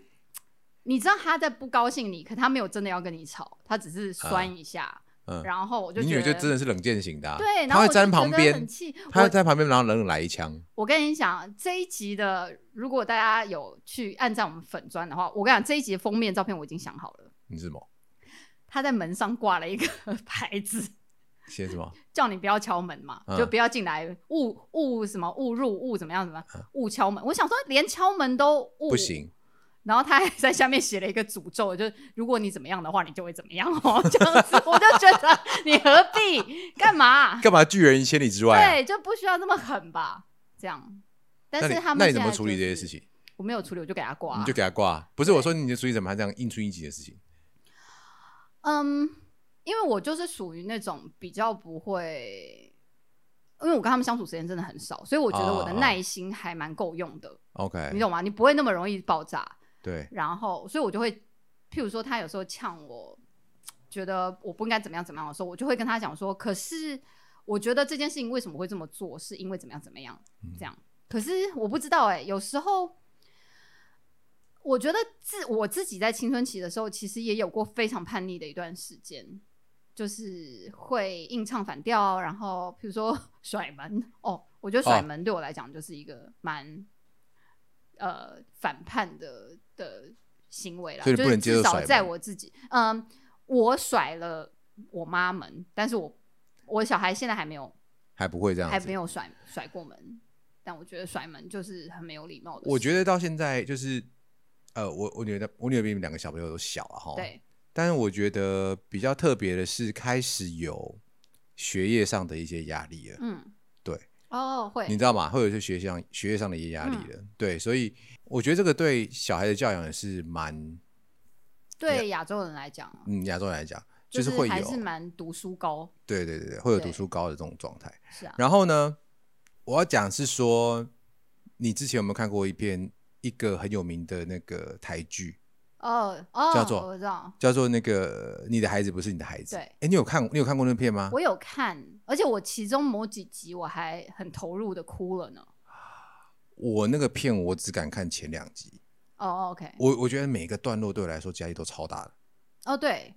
Speaker 3: 你知道他在不高兴你，可他没有真的要跟你吵，他只是酸一下。
Speaker 2: 嗯，
Speaker 3: 然后我就
Speaker 2: 你
Speaker 3: 觉
Speaker 2: 女
Speaker 3: 得
Speaker 2: 儿就真的是冷箭型的、啊，
Speaker 3: 对，然
Speaker 2: 她
Speaker 3: 后
Speaker 2: 会
Speaker 3: 我就
Speaker 2: 站在
Speaker 3: 觉
Speaker 2: 旁
Speaker 3: 得
Speaker 2: 边
Speaker 3: 很，气。
Speaker 2: 她
Speaker 3: 我
Speaker 2: 在旁边，然后冷冷来一枪。
Speaker 3: 我跟你讲，这一集的如果大家有去按赞我们粉砖的话，我跟你讲，这一集的封面照片我已经想好了，
Speaker 2: 你是什么？
Speaker 3: 他在门上挂了一个 牌子。
Speaker 2: 写什么？
Speaker 3: 叫你不要敲门嘛，
Speaker 2: 嗯
Speaker 3: 就不要进来，误误什么误入误怎么样怎么样误敲门。我想说连敲门都
Speaker 2: 嗯
Speaker 3: 误
Speaker 2: 不，行，
Speaker 3: 然后他还在下面写了一个诅咒，就是如果你怎么样的话，你就会怎么样哦， 这样子我就觉得你何必干嘛？
Speaker 2: 干嘛拒人于千里之外、啊？
Speaker 3: 对，就不需要这么狠吧？这样，但
Speaker 2: 那
Speaker 3: 是
Speaker 2: 你
Speaker 3: 他们
Speaker 2: 那你
Speaker 3: 现
Speaker 2: 怎么
Speaker 3: 在
Speaker 2: 处理
Speaker 3: 就
Speaker 2: 这些
Speaker 3: 是
Speaker 2: 事？情？
Speaker 3: 我没有处理，我就给他挂啊、
Speaker 2: 你就给她挂啊。不是我说你的处理怎么还这样应出一集的事情？
Speaker 3: 嗯，因为我就是属于那种比较不会，因为我跟他们相处时间真的很少，所以我觉得我的
Speaker 2: 哦哦哦
Speaker 3: 耐心还蛮够用的。
Speaker 2: OK，
Speaker 3: 你懂吗？你不会那么容易爆炸。
Speaker 2: 对，
Speaker 3: 然后，所以我就会，譬如说他有时候呛我，觉得我不应该怎么样怎么样的时候，我就会跟他讲说，可是我觉得这件事情为什么会这么做，是因为怎么样怎么样
Speaker 2: 嗯
Speaker 3: 这样。可是我不知道哎、有时候。我觉得自我自己在青春期的时候，其实也有过非常叛逆的一段时间，就是会硬唱反调，然后譬如说 甩门哦，我觉得甩
Speaker 2: 哦
Speaker 3: 门对我来讲就是一个蛮、呃反叛的的行为啦，
Speaker 2: 所以你不能接受
Speaker 3: 就是至
Speaker 2: 甩
Speaker 3: 少
Speaker 2: 门
Speaker 3: 在我自己，嗯，我甩了我妈门，但是我我小孩现在还没有
Speaker 2: 还不会这样
Speaker 3: 还
Speaker 2: 子
Speaker 3: 没。有甩甩过门，但我觉得甩门就是很没有礼貌的事，
Speaker 2: 我觉得到现在就是，呃，我我女儿的我女儿比你们两个小朋友都小啊哈。。
Speaker 3: 对，
Speaker 2: 但是我觉得比较特别的是，开始有学业上的一些压力了。
Speaker 3: 嗯，
Speaker 2: 对，
Speaker 3: 哦会
Speaker 2: 你，知道吗？会有一些学业上学业上的一些压力的，
Speaker 3: 嗯
Speaker 2: 对，所以我觉得这个对小孩的教养也是蛮，
Speaker 3: 对亚洲人来讲。
Speaker 2: 嗯，亚洲人来讲，
Speaker 3: 就是
Speaker 2: 会
Speaker 3: 还
Speaker 2: 有，
Speaker 3: 是蛮读书高，
Speaker 2: 对对对对，会有读
Speaker 3: 对
Speaker 2: 书高的这种状态。
Speaker 3: 是啊，
Speaker 2: 然后呢，我要讲是说，你之前有没有看过一篇一个很有名的那个台剧，
Speaker 3: 哦哦，
Speaker 2: 叫做
Speaker 3: 我知道，
Speaker 2: 叫做那个你的孩子不是你的孩子？
Speaker 3: 对
Speaker 2: 哎，你有看你有看过那片吗？
Speaker 3: 我有看，而且我其中某几集我还很投入的哭了呢。
Speaker 2: 我那个片我只敢看前两集，
Speaker 3: 哦、o k
Speaker 2: 我我觉得每个段落对我来说压力都超大的，
Speaker 3: 哦、对，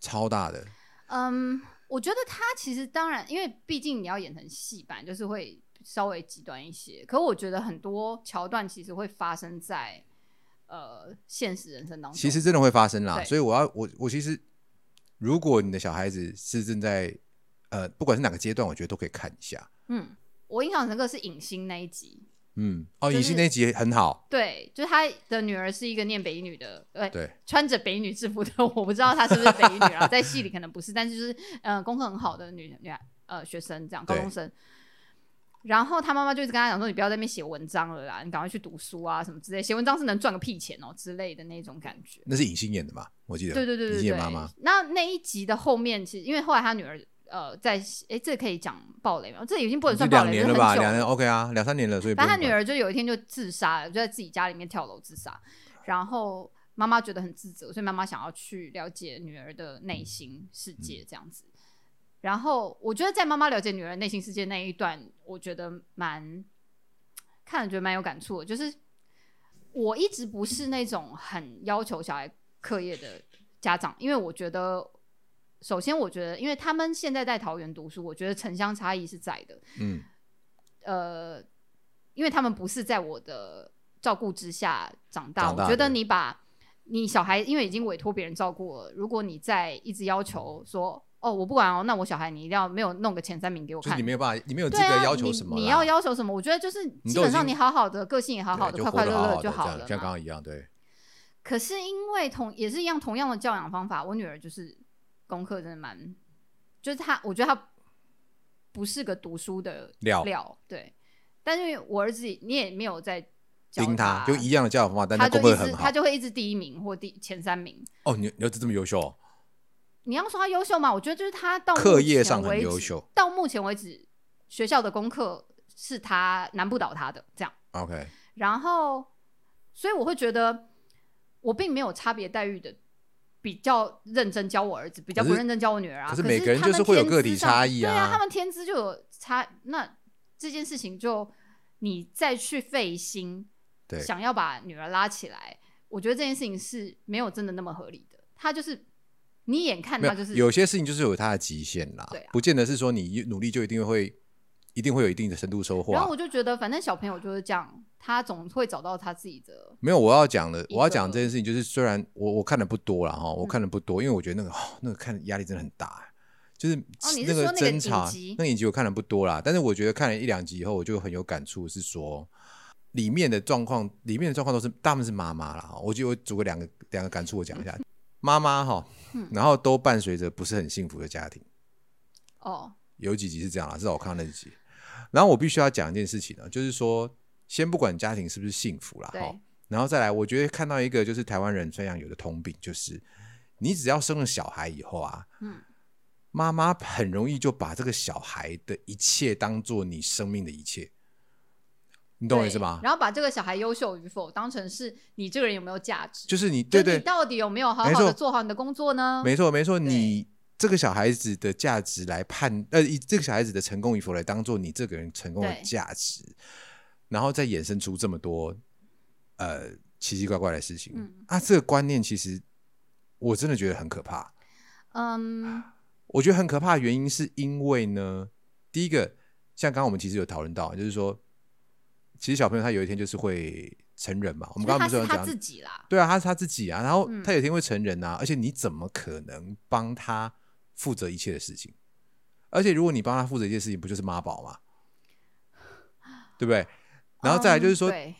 Speaker 2: 超大的。
Speaker 3: 嗯，我觉得他其实当然，因为毕竟你要演成戏版，就是会稍微极端一些。可我觉得很多桥段其实会发生在呃现实人生当中。
Speaker 2: 其实真的会发生啦，
Speaker 3: 对
Speaker 2: 所以我要我我其实，如果你的小孩子是正在呃，不管是哪个阶段，我觉得都可以看一下。
Speaker 3: 嗯，我印象深刻是影星那一集，
Speaker 2: 嗯，哦，
Speaker 3: 就是
Speaker 2: 影星那一集很好，
Speaker 3: 对，就是他的女儿是一个念北一女的，呃对，
Speaker 2: 对，
Speaker 3: 穿着北女制服的，我不知道她是不是北女啊， 在戏啊里可能不是，但是就是呃功课很好的女女孩呃学生这样高
Speaker 2: 对
Speaker 3: 中生。然后他妈妈就一直跟他讲说：“你不要在那边写文章了啦，你赶快去读书啊，什么之类。写文章是能赚个屁钱哦之类的那种感觉。”
Speaker 2: 那是尹欣演的嘛？我记得，
Speaker 3: 对对对
Speaker 2: 尹
Speaker 3: 对
Speaker 2: 欣
Speaker 3: 对。
Speaker 2: 演妈妈，
Speaker 3: 那那一集的后面，其实因为后来他女儿呃在哎，这可以讲暴雷吗？这已经不能
Speaker 2: 就
Speaker 3: 算暴
Speaker 2: 两
Speaker 3: 雷，
Speaker 2: 年
Speaker 3: 这
Speaker 2: 了
Speaker 3: 很
Speaker 2: 吧？
Speaker 3: 久
Speaker 2: 两年 OK 啊，两三年了，所以不
Speaker 3: 反
Speaker 2: 用
Speaker 3: 正他女
Speaker 2: 管
Speaker 3: 儿就有一天就自杀了，就在自己家里面跳楼自杀。然后妈妈觉得很自责，所以妈妈想要去了解女儿的
Speaker 2: 嗯
Speaker 3: 内心世界这样子。然后我觉得在妈妈了解女儿内心世界那一段，我觉得蛮看了觉得蛮有感触的。就是我一直不是那种很要求小孩课业的家长，因为我觉得。首先，我觉得，因为他们现在在桃园读书，我觉得城乡差异是在的。
Speaker 2: 嗯
Speaker 3: 呃，因为他们不是在我的照顾之下长大，
Speaker 2: 长大
Speaker 3: 我觉得
Speaker 2: 的
Speaker 3: 你把你小孩，因为已经委托别人照顾了，如果你再一直要求说，哦，我不管哦，那我小孩你一定要没有弄个前三名给我
Speaker 2: 就是
Speaker 3: 看，
Speaker 2: 你没有办法，你没有资
Speaker 3: 对
Speaker 2: 格
Speaker 3: 啊，
Speaker 2: 要求什么啦，
Speaker 3: 你，你要要求什么？我觉得就是
Speaker 2: 你
Speaker 3: 基
Speaker 2: 都已
Speaker 3: 本上
Speaker 2: 经
Speaker 3: 你好好的，个性也好好的，
Speaker 2: 对啊
Speaker 3: 快
Speaker 2: 就
Speaker 3: 快
Speaker 2: 快
Speaker 3: 乐乐就
Speaker 2: 好
Speaker 3: 好
Speaker 2: 的
Speaker 3: 了
Speaker 2: 这样像刚
Speaker 3: 嘛。
Speaker 2: 刚一样，对，
Speaker 3: 可是因为同也是一样同样的教养方法，我女儿就是功课真的蛮，就是她，我觉得她不是个读书的
Speaker 2: 料
Speaker 3: 料，对。但是我儿子你也没有在教
Speaker 2: 盯他就一
Speaker 3: 样，
Speaker 2: 样的教养方法，但
Speaker 3: 他
Speaker 2: 功
Speaker 3: 就一
Speaker 2: 课
Speaker 3: 直
Speaker 2: 很好
Speaker 3: 他。就会一直第一名或第前三名。
Speaker 2: 哦，你你儿子这么优秀哦，
Speaker 3: 你要说他优秀嘛，我觉得就是他到
Speaker 2: 课
Speaker 3: 目
Speaker 2: 业
Speaker 3: 前
Speaker 2: 上很
Speaker 3: 为
Speaker 2: 优
Speaker 3: 止
Speaker 2: 秀。
Speaker 3: 到目前为止，学校的功课是他难不倒他的这样。
Speaker 2: OK，
Speaker 3: 然后，所以我会觉得我并没有差别待遇的，比较认真教我儿子，比较
Speaker 2: 可
Speaker 3: 不
Speaker 2: 是
Speaker 3: 认真教我女儿啊。
Speaker 2: 可
Speaker 3: 可
Speaker 2: 是每个人
Speaker 3: 他
Speaker 2: 就
Speaker 3: 们
Speaker 2: 是会有
Speaker 3: 天
Speaker 2: 个
Speaker 3: 资
Speaker 2: 体
Speaker 3: 上
Speaker 2: 差异
Speaker 3: 对
Speaker 2: 啊
Speaker 3: 啊，他们天资就有差。那这件事情就你再去费心，
Speaker 2: 对
Speaker 3: 想要把女儿拉起来，我觉得这件事情是没有真的那么合理的。他就是你眼看
Speaker 2: 没
Speaker 3: 他
Speaker 2: 有
Speaker 3: 就是
Speaker 2: 有些事情就是有它的极限啦
Speaker 3: 对啊，
Speaker 2: 不见得是说你努力就一定会一定会有一定的深度收获
Speaker 3: 然后
Speaker 2: 啊。
Speaker 3: 我就觉得，反正小朋友就是这样，他总会找到他自己的。
Speaker 2: 没有，我要讲的，
Speaker 3: 一
Speaker 2: 我要讲
Speaker 3: 个嗯
Speaker 2: 这件事情，就是虽然我我看的不多了哈，我看的不多，因为我觉得那个、哦、那个看压力真的很大，啊就是
Speaker 3: 哦你是
Speaker 2: 那个
Speaker 3: 说那个
Speaker 2: 争吵、
Speaker 3: 影集
Speaker 2: 那个影集我看的不多啦，但是我觉得看了一两集以后，我就很有感触，是说里面的状况，里面的状况都是大部分是妈妈啦。哈我就我组个两个两个感触，我讲一下，妈妈哈
Speaker 3: 嗯，
Speaker 2: 然后都伴随着不是很幸福的家庭。
Speaker 3: 哦，
Speaker 2: 有几集是这样啦，至少我看到那几集。然后我必须要讲一件事情呢，就是说，先不管家庭是不是幸福啦，
Speaker 3: 对
Speaker 2: 哈，然后再来，我觉得看到一个就是台湾人非常有的通病，就是你只要生了小孩以后啊，
Speaker 3: 嗯，
Speaker 2: 妈妈很容易就把这个小孩的一切当做你生命的一切，你懂我意
Speaker 3: 对
Speaker 2: 思吗？
Speaker 3: 然后把这个小孩优秀与否当成是你这个人有没有价值，
Speaker 2: 就是你对
Speaker 3: 就
Speaker 2: 对
Speaker 3: 你，到底有没有好
Speaker 2: 没
Speaker 3: 好
Speaker 2: 错
Speaker 3: 的做好你的工作呢？
Speaker 2: 没错没错，
Speaker 3: 对
Speaker 2: 你这个小孩子的价值来判，呃，以这个小孩子的成功与否来当做你这个人成功的
Speaker 3: 对
Speaker 2: 价值，然后再衍生出这么多呃奇奇怪怪的事情。
Speaker 3: 嗯
Speaker 2: 啊，这个观念其实我真的觉得很可怕。
Speaker 3: 嗯，
Speaker 2: 我觉得很可怕的原因是因为呢，第一个，像刚刚我们其实有讨论到，就是说，其实小朋友他有一天就是会成人嘛，我
Speaker 3: 我
Speaker 2: 们刚刚不是有
Speaker 3: 是他
Speaker 2: 讲
Speaker 3: 自己啦，
Speaker 2: 对啊，他是他自己啊，然后
Speaker 3: 嗯
Speaker 2: 他有一天会成人啊，而且你怎么可能帮他负责一切的事情？而且如果你帮他负责一切事情，不就是妈宝吗？对不对？然后再来就是说，
Speaker 3: 嗯对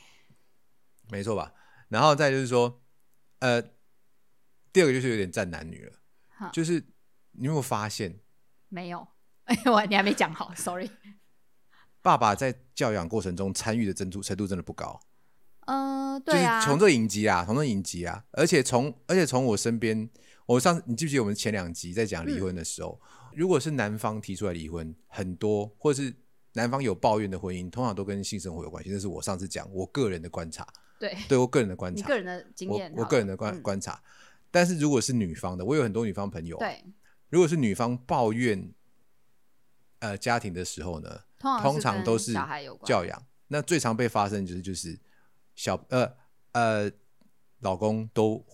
Speaker 2: 没错吧？然后再来就是说，呃，第二个就是有点占男女了
Speaker 3: 哈，
Speaker 2: 就是你有没有发现，
Speaker 3: 没有，哎，我你还没讲好，sorry。
Speaker 2: 爸爸在教养过程中参与的程度程度真的不高。
Speaker 3: 嗯，
Speaker 2: 就是
Speaker 3: 对啊，
Speaker 2: 从这影集啊，从这影集啊，而且从而且从我身边，我上次你记不记得我们前两集在讲离婚的时候，
Speaker 3: 嗯
Speaker 2: 如果是男方提出来离婚，很多或是男方有抱怨的婚姻，通常都跟性生活有关系。这是我上次讲我个人的观察，
Speaker 3: 对
Speaker 2: 对我个人的观
Speaker 3: 你
Speaker 2: 察，
Speaker 3: 个人的经验好了，
Speaker 2: 我我个人的观、
Speaker 3: 嗯
Speaker 2: 观察。但是如果是女方的，我有很多女方朋友、，
Speaker 3: 对，
Speaker 2: 如果是女方抱怨呃家庭的时候呢，
Speaker 3: 通常
Speaker 2: 通常
Speaker 3: 跟
Speaker 2: 都是
Speaker 3: 小孩有关，
Speaker 2: 教养。那最常被发生就是就是小呃呃，老公都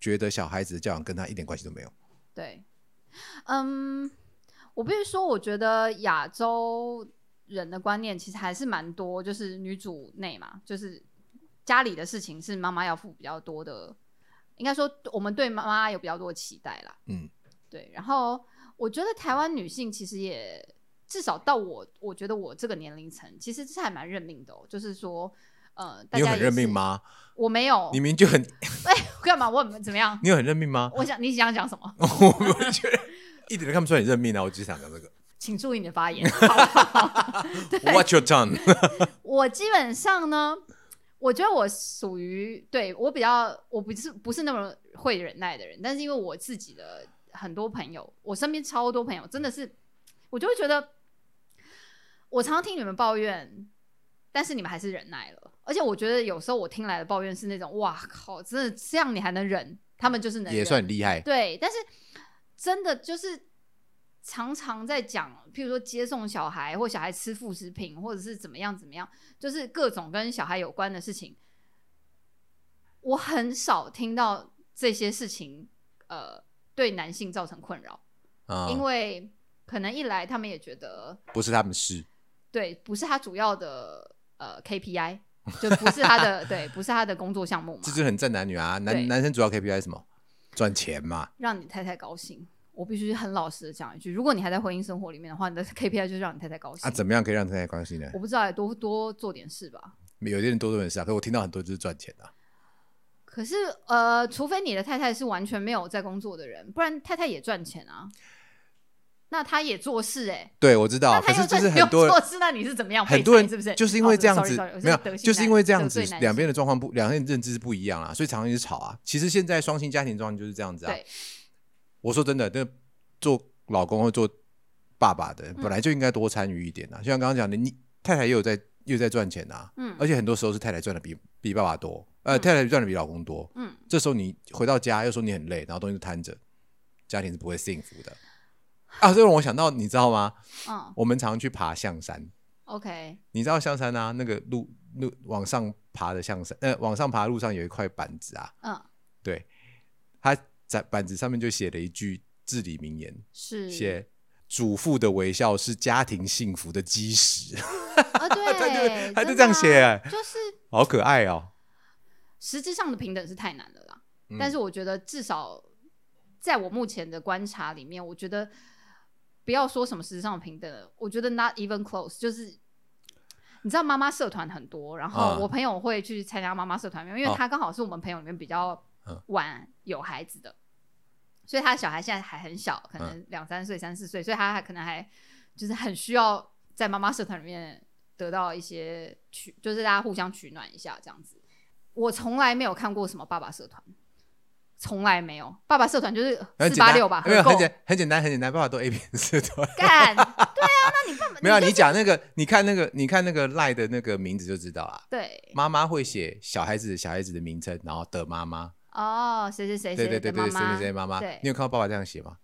Speaker 2: 觉得小孩子的教养跟他一点关系都没有。
Speaker 3: 对，嗯，我必须说，我觉得亚洲人的观念其实还是蛮多，就是女主内嘛，就是家里的事情是妈妈要负比较多的，应该说我们对妈妈有比较多的期待啦。
Speaker 2: 嗯，
Speaker 3: 对，然后我觉得台湾女性其实也至少到我，我觉得我这个年龄层，其实是还蛮认命的、哦，就是说。呃，大
Speaker 2: 你有
Speaker 3: 家
Speaker 2: 很
Speaker 3: 也
Speaker 2: 认命
Speaker 3: 是？哦
Speaker 2: 吗？
Speaker 3: 我没有
Speaker 2: 你，明明就很，？
Speaker 3: 干嘛？我很怎么样
Speaker 2: 你有很认命吗？
Speaker 3: 我想你想讲什么？
Speaker 2: 我觉得一点都看不出来你认命啊！我只是想讲这个。
Speaker 3: 请注意你的发言，好不好？
Speaker 2: Watch your tongue
Speaker 3: 我基本上呢，我觉得我属于对我比较，我不是不是那么会忍耐的人，但是因为我自己的很多朋友，我身边超多朋友，真的是，我就会觉得，我常常听你们抱怨，但是你们还是忍耐了，而且我觉得有时候我听来的抱怨是那种，哇靠，真的这样你还能忍，他们就是 能
Speaker 2: 也
Speaker 3: 忍
Speaker 2: 算很厉害。
Speaker 3: 对，但是真的就是常常在讲，譬如说接送小孩，或小孩吃副食品，或者是怎么样怎么样，就是各种跟小孩有关的事情，我很少听到这些事情，呃，对男性造成困扰，
Speaker 2: 啊，
Speaker 3: 因为可能一来他们也觉得
Speaker 2: 不是他们是
Speaker 3: 对，不是他主要的呃 KPI。就不是他的 对，不是他的工作项目嘛
Speaker 2: 这，就很正男女啊。
Speaker 3: 对
Speaker 2: 男男生主要 KPI 是什么？赚钱嘛。
Speaker 3: 让你太太高兴。我必须很老实的讲一句，如果你还在婚姻生活里面的话，你的 KPI 就是让你太太高兴。
Speaker 2: 啊，怎么样可以让太太关心呢
Speaker 3: 我？不知道，多多做点事吧。
Speaker 2: 有些人多多人是啊，可是我听到很多就是赚钱啊。
Speaker 3: 可是呃，除非你的太太是完全没有在工作的人，不然太太也赚钱啊。那她也做事哎、
Speaker 2: 对，我知道，
Speaker 3: 那
Speaker 2: 哦可
Speaker 3: 她
Speaker 2: 是
Speaker 3: 又
Speaker 2: 就
Speaker 3: 赚
Speaker 2: 是
Speaker 3: 钱
Speaker 2: 很
Speaker 3: 又
Speaker 2: 多人
Speaker 3: 做事，那你是怎么样？
Speaker 2: 很多人
Speaker 3: 废柴是不是？
Speaker 2: 就是因为这样子，
Speaker 3: 哦，sorry，sorry，我
Speaker 2: 没有
Speaker 3: 德，性
Speaker 2: 就是因为这样
Speaker 3: 得
Speaker 2: 子
Speaker 3: 罪，男
Speaker 2: 两边
Speaker 3: 性
Speaker 2: 的状况不，两边的认知是不一样啦，所以常常就吵啊。其实现在双性家庭状况就是这样子啊
Speaker 3: 对。
Speaker 2: 我说真的，那做老公或做爸爸
Speaker 3: 嗯
Speaker 2: 的，本来就应该多参与一点啊。就像刚刚讲的，你太太也有在也有在赚钱啊，
Speaker 3: 嗯
Speaker 2: 而且很多时候是太太赚的比比爸爸多，呃，
Speaker 3: 嗯
Speaker 2: 太太赚的比老公多。
Speaker 3: 嗯，
Speaker 2: 这时候你回到家又说你很累，然后东西就摊着，家庭是不会幸福的。啊，这让我想到，你知道吗？
Speaker 3: 嗯
Speaker 2: 我们常去爬象山，
Speaker 3: ，OK，
Speaker 2: 你知道象山啊，那个路路往上爬的象山，呃，往上爬的路上有一块板子啊，
Speaker 3: 嗯，
Speaker 2: 对，它在板子上面就写了一句至理名言，
Speaker 3: 是
Speaker 2: 写主妇的微笑是家庭幸福的基石，
Speaker 3: 啊，对，
Speaker 2: 他就他就
Speaker 3: 真
Speaker 2: 这样
Speaker 3: 的
Speaker 2: 写
Speaker 3: 啊
Speaker 2: 欸
Speaker 3: 就是
Speaker 2: 好可爱哦。
Speaker 3: 实质上的平等是太难了啦。
Speaker 2: 嗯
Speaker 3: 但是我觉得至少在我目前的观察里面，我觉得不要说什么实质上的平等了，我觉得 not even close，就是。你知道妈妈社团很多，然后
Speaker 2: 啊
Speaker 3: 我朋友会去参加妈妈社团，因为
Speaker 2: 哦
Speaker 3: 她刚好是我们朋友里面比较
Speaker 2: 嗯
Speaker 3: 晚有孩子的，所以她的小孩现在还很小，
Speaker 2: 嗯
Speaker 3: 可能两三岁、三四岁，所以她还可能还就是很需要在妈妈社团里面得到一些取，就是大家互相取暖一下这样子。我从来没有看过什么爸爸社团，从来没有。爸爸社团就是
Speaker 2: 很
Speaker 3: 四
Speaker 2: 简
Speaker 3: 八
Speaker 2: 单，
Speaker 3: 六吧，
Speaker 2: 没有
Speaker 3: 合
Speaker 2: 很
Speaker 3: 购
Speaker 2: 简很简单很简单，爸爸都 A 片是对。
Speaker 3: 干。对啊，那你 干嘛？
Speaker 2: 没有啊，
Speaker 3: 就
Speaker 2: 你讲那个，你看那个，你看那个赖的那个名字就知道啦。
Speaker 3: 对
Speaker 2: 妈妈会写小孩子小孩子的名称，然后的妈妈，
Speaker 3: 哦，谁谁谁
Speaker 2: 对
Speaker 3: 谁
Speaker 2: 对对
Speaker 3: 的
Speaker 2: 对，谁
Speaker 3: 妈
Speaker 2: 谁
Speaker 3: 妈，
Speaker 2: 谁的妈妈。
Speaker 3: 对哦
Speaker 2: 你有看到爸爸这样写吗？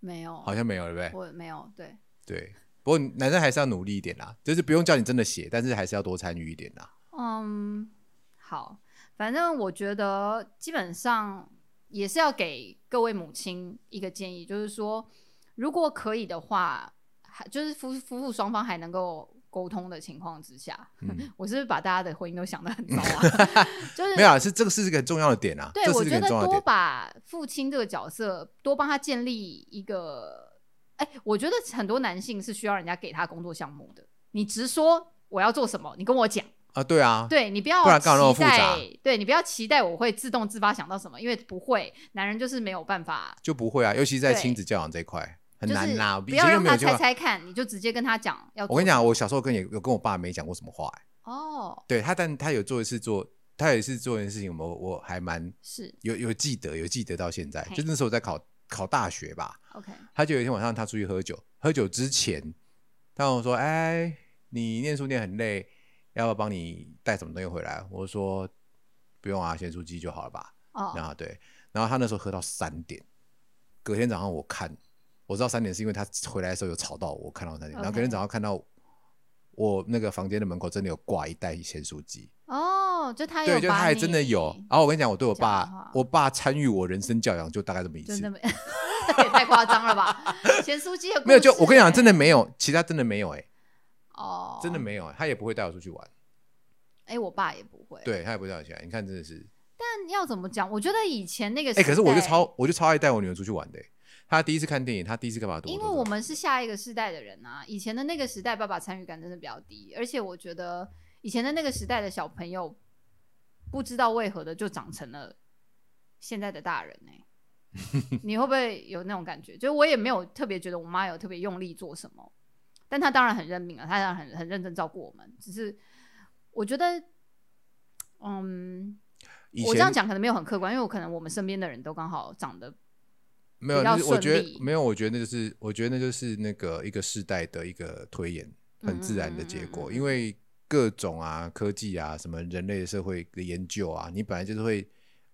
Speaker 3: 没有，
Speaker 2: 好像没有，对不对？
Speaker 3: 我没有，对，
Speaker 2: 对，不过男生还是要努力一点啦，就是不用叫你真的写，但是还是要多参与一点啦。
Speaker 3: 嗯，好，反正我觉得基本上也是要给各位母亲一个建议，就是说，如果可以的话，还就是夫夫妇双方还能够沟通的情况之下，
Speaker 2: 嗯
Speaker 3: 我是不是把大家的婚姻都想得很糟 啊？就是
Speaker 2: 没有啊，是这个是一个很重要的点啊，
Speaker 3: 对，
Speaker 2: 这
Speaker 3: 我
Speaker 2: 是一个
Speaker 3: 觉
Speaker 2: 很
Speaker 3: 得
Speaker 2: 重要的
Speaker 3: 多
Speaker 2: 点。
Speaker 3: 把父亲这个角色多帮他建立一个，哎，我觉得很多男性是需要人家给他工作项目的，你直说我要做什么，你跟我讲。
Speaker 2: 啊，对啊，
Speaker 3: 对你不要
Speaker 2: 不然干嘛那么
Speaker 3: 期
Speaker 2: 复
Speaker 3: 待
Speaker 2: 杂
Speaker 3: 对你不要期待我会自动自发想到什么，因为不会，男人就是没有办法，
Speaker 2: 就不会啊，尤其在
Speaker 3: 对
Speaker 2: 亲子教养这一块很
Speaker 3: 就是
Speaker 2: 难啦，
Speaker 3: 不
Speaker 2: 以
Speaker 3: 要
Speaker 2: 前就
Speaker 3: 让
Speaker 2: 没有
Speaker 3: 他
Speaker 2: 这块
Speaker 3: 猜。猜看，你就直接跟他讲要做。
Speaker 2: 我跟你讲，我小时候跟也有跟我爸没讲过什么话、欸，
Speaker 3: 哦，
Speaker 2: 对他，但他有做一次做，他有一次做一件事情，我我还蛮
Speaker 3: 是
Speaker 2: 有有记得，有记得到现在，
Speaker 3: 嘿
Speaker 2: 就那时候我在考考大学吧，
Speaker 3: OK，
Speaker 2: 他就有一天晚上他出去喝酒，喝酒之前，他跟我说：“哎，你念书念很累，要不要帮你带什么东西回来？”我说：“不用啊，咸酥鸡就好了吧。然
Speaker 3: 哦，
Speaker 2: 后对，然后他那时候喝到三点，隔天早上我看，我知道三点是因为他回来的时候有吵到我，我看到三点，然后
Speaker 3: OK
Speaker 2: 隔天早上看到我那个房间的门口真的有挂一袋咸酥鸡，
Speaker 3: 哦，就他有
Speaker 2: 对，就他
Speaker 3: 把
Speaker 2: 还真的
Speaker 3: 你
Speaker 2: 有。然后我跟你讲，我对我
Speaker 3: 讲话
Speaker 2: 爸，我爸参与我人生教养就大概这么一次，
Speaker 3: 真的没，这也太夸张了吧？咸酥鸡的故事
Speaker 2: 没有，就我跟你讲，真的
Speaker 3: 欸
Speaker 2: 没有，其他真的没有、欸，
Speaker 3: 哦，
Speaker 2: 真的没有、欸，他也不会带我出去玩，
Speaker 3: 哎、我爸也不会。，
Speaker 2: 对他也不会带我起来。你看，真的是，
Speaker 3: 但要怎么讲？我觉得以前那个
Speaker 2: 哎、可是我就
Speaker 3: 时代，
Speaker 2: 超，我就超爱带我女儿出去玩的、欸。她第一次看电影，她第一次干嘛？
Speaker 3: 因为我们是下一个世代的人啊。以前的那个时代，爸爸参与感真的比较低，而且我觉得以前的那个时代的小 朋友，不知道为何的就长成了现在的大人呢、欸你会不会有那种感觉？就是我也没有特别觉得我妈有特别用力做什么，但她当然很认命啊，她当然很很认真照顾我们。只是我觉得，嗯，
Speaker 2: 以
Speaker 3: 我这样
Speaker 2: 前
Speaker 3: 讲可能没有很客观，因为我可能我们身边的人都刚好长得
Speaker 2: 没有，
Speaker 3: 比较
Speaker 2: 就是我
Speaker 3: 顺
Speaker 2: 觉
Speaker 3: 利
Speaker 2: 得没有，我觉得那就是我觉得那就是那个一个世代的一个推演，很自然的结
Speaker 3: 嗯嗯嗯
Speaker 2: 果，
Speaker 3: 嗯嗯
Speaker 2: 因为各种啊科技啊什么人类社会的研究啊，你本来就是会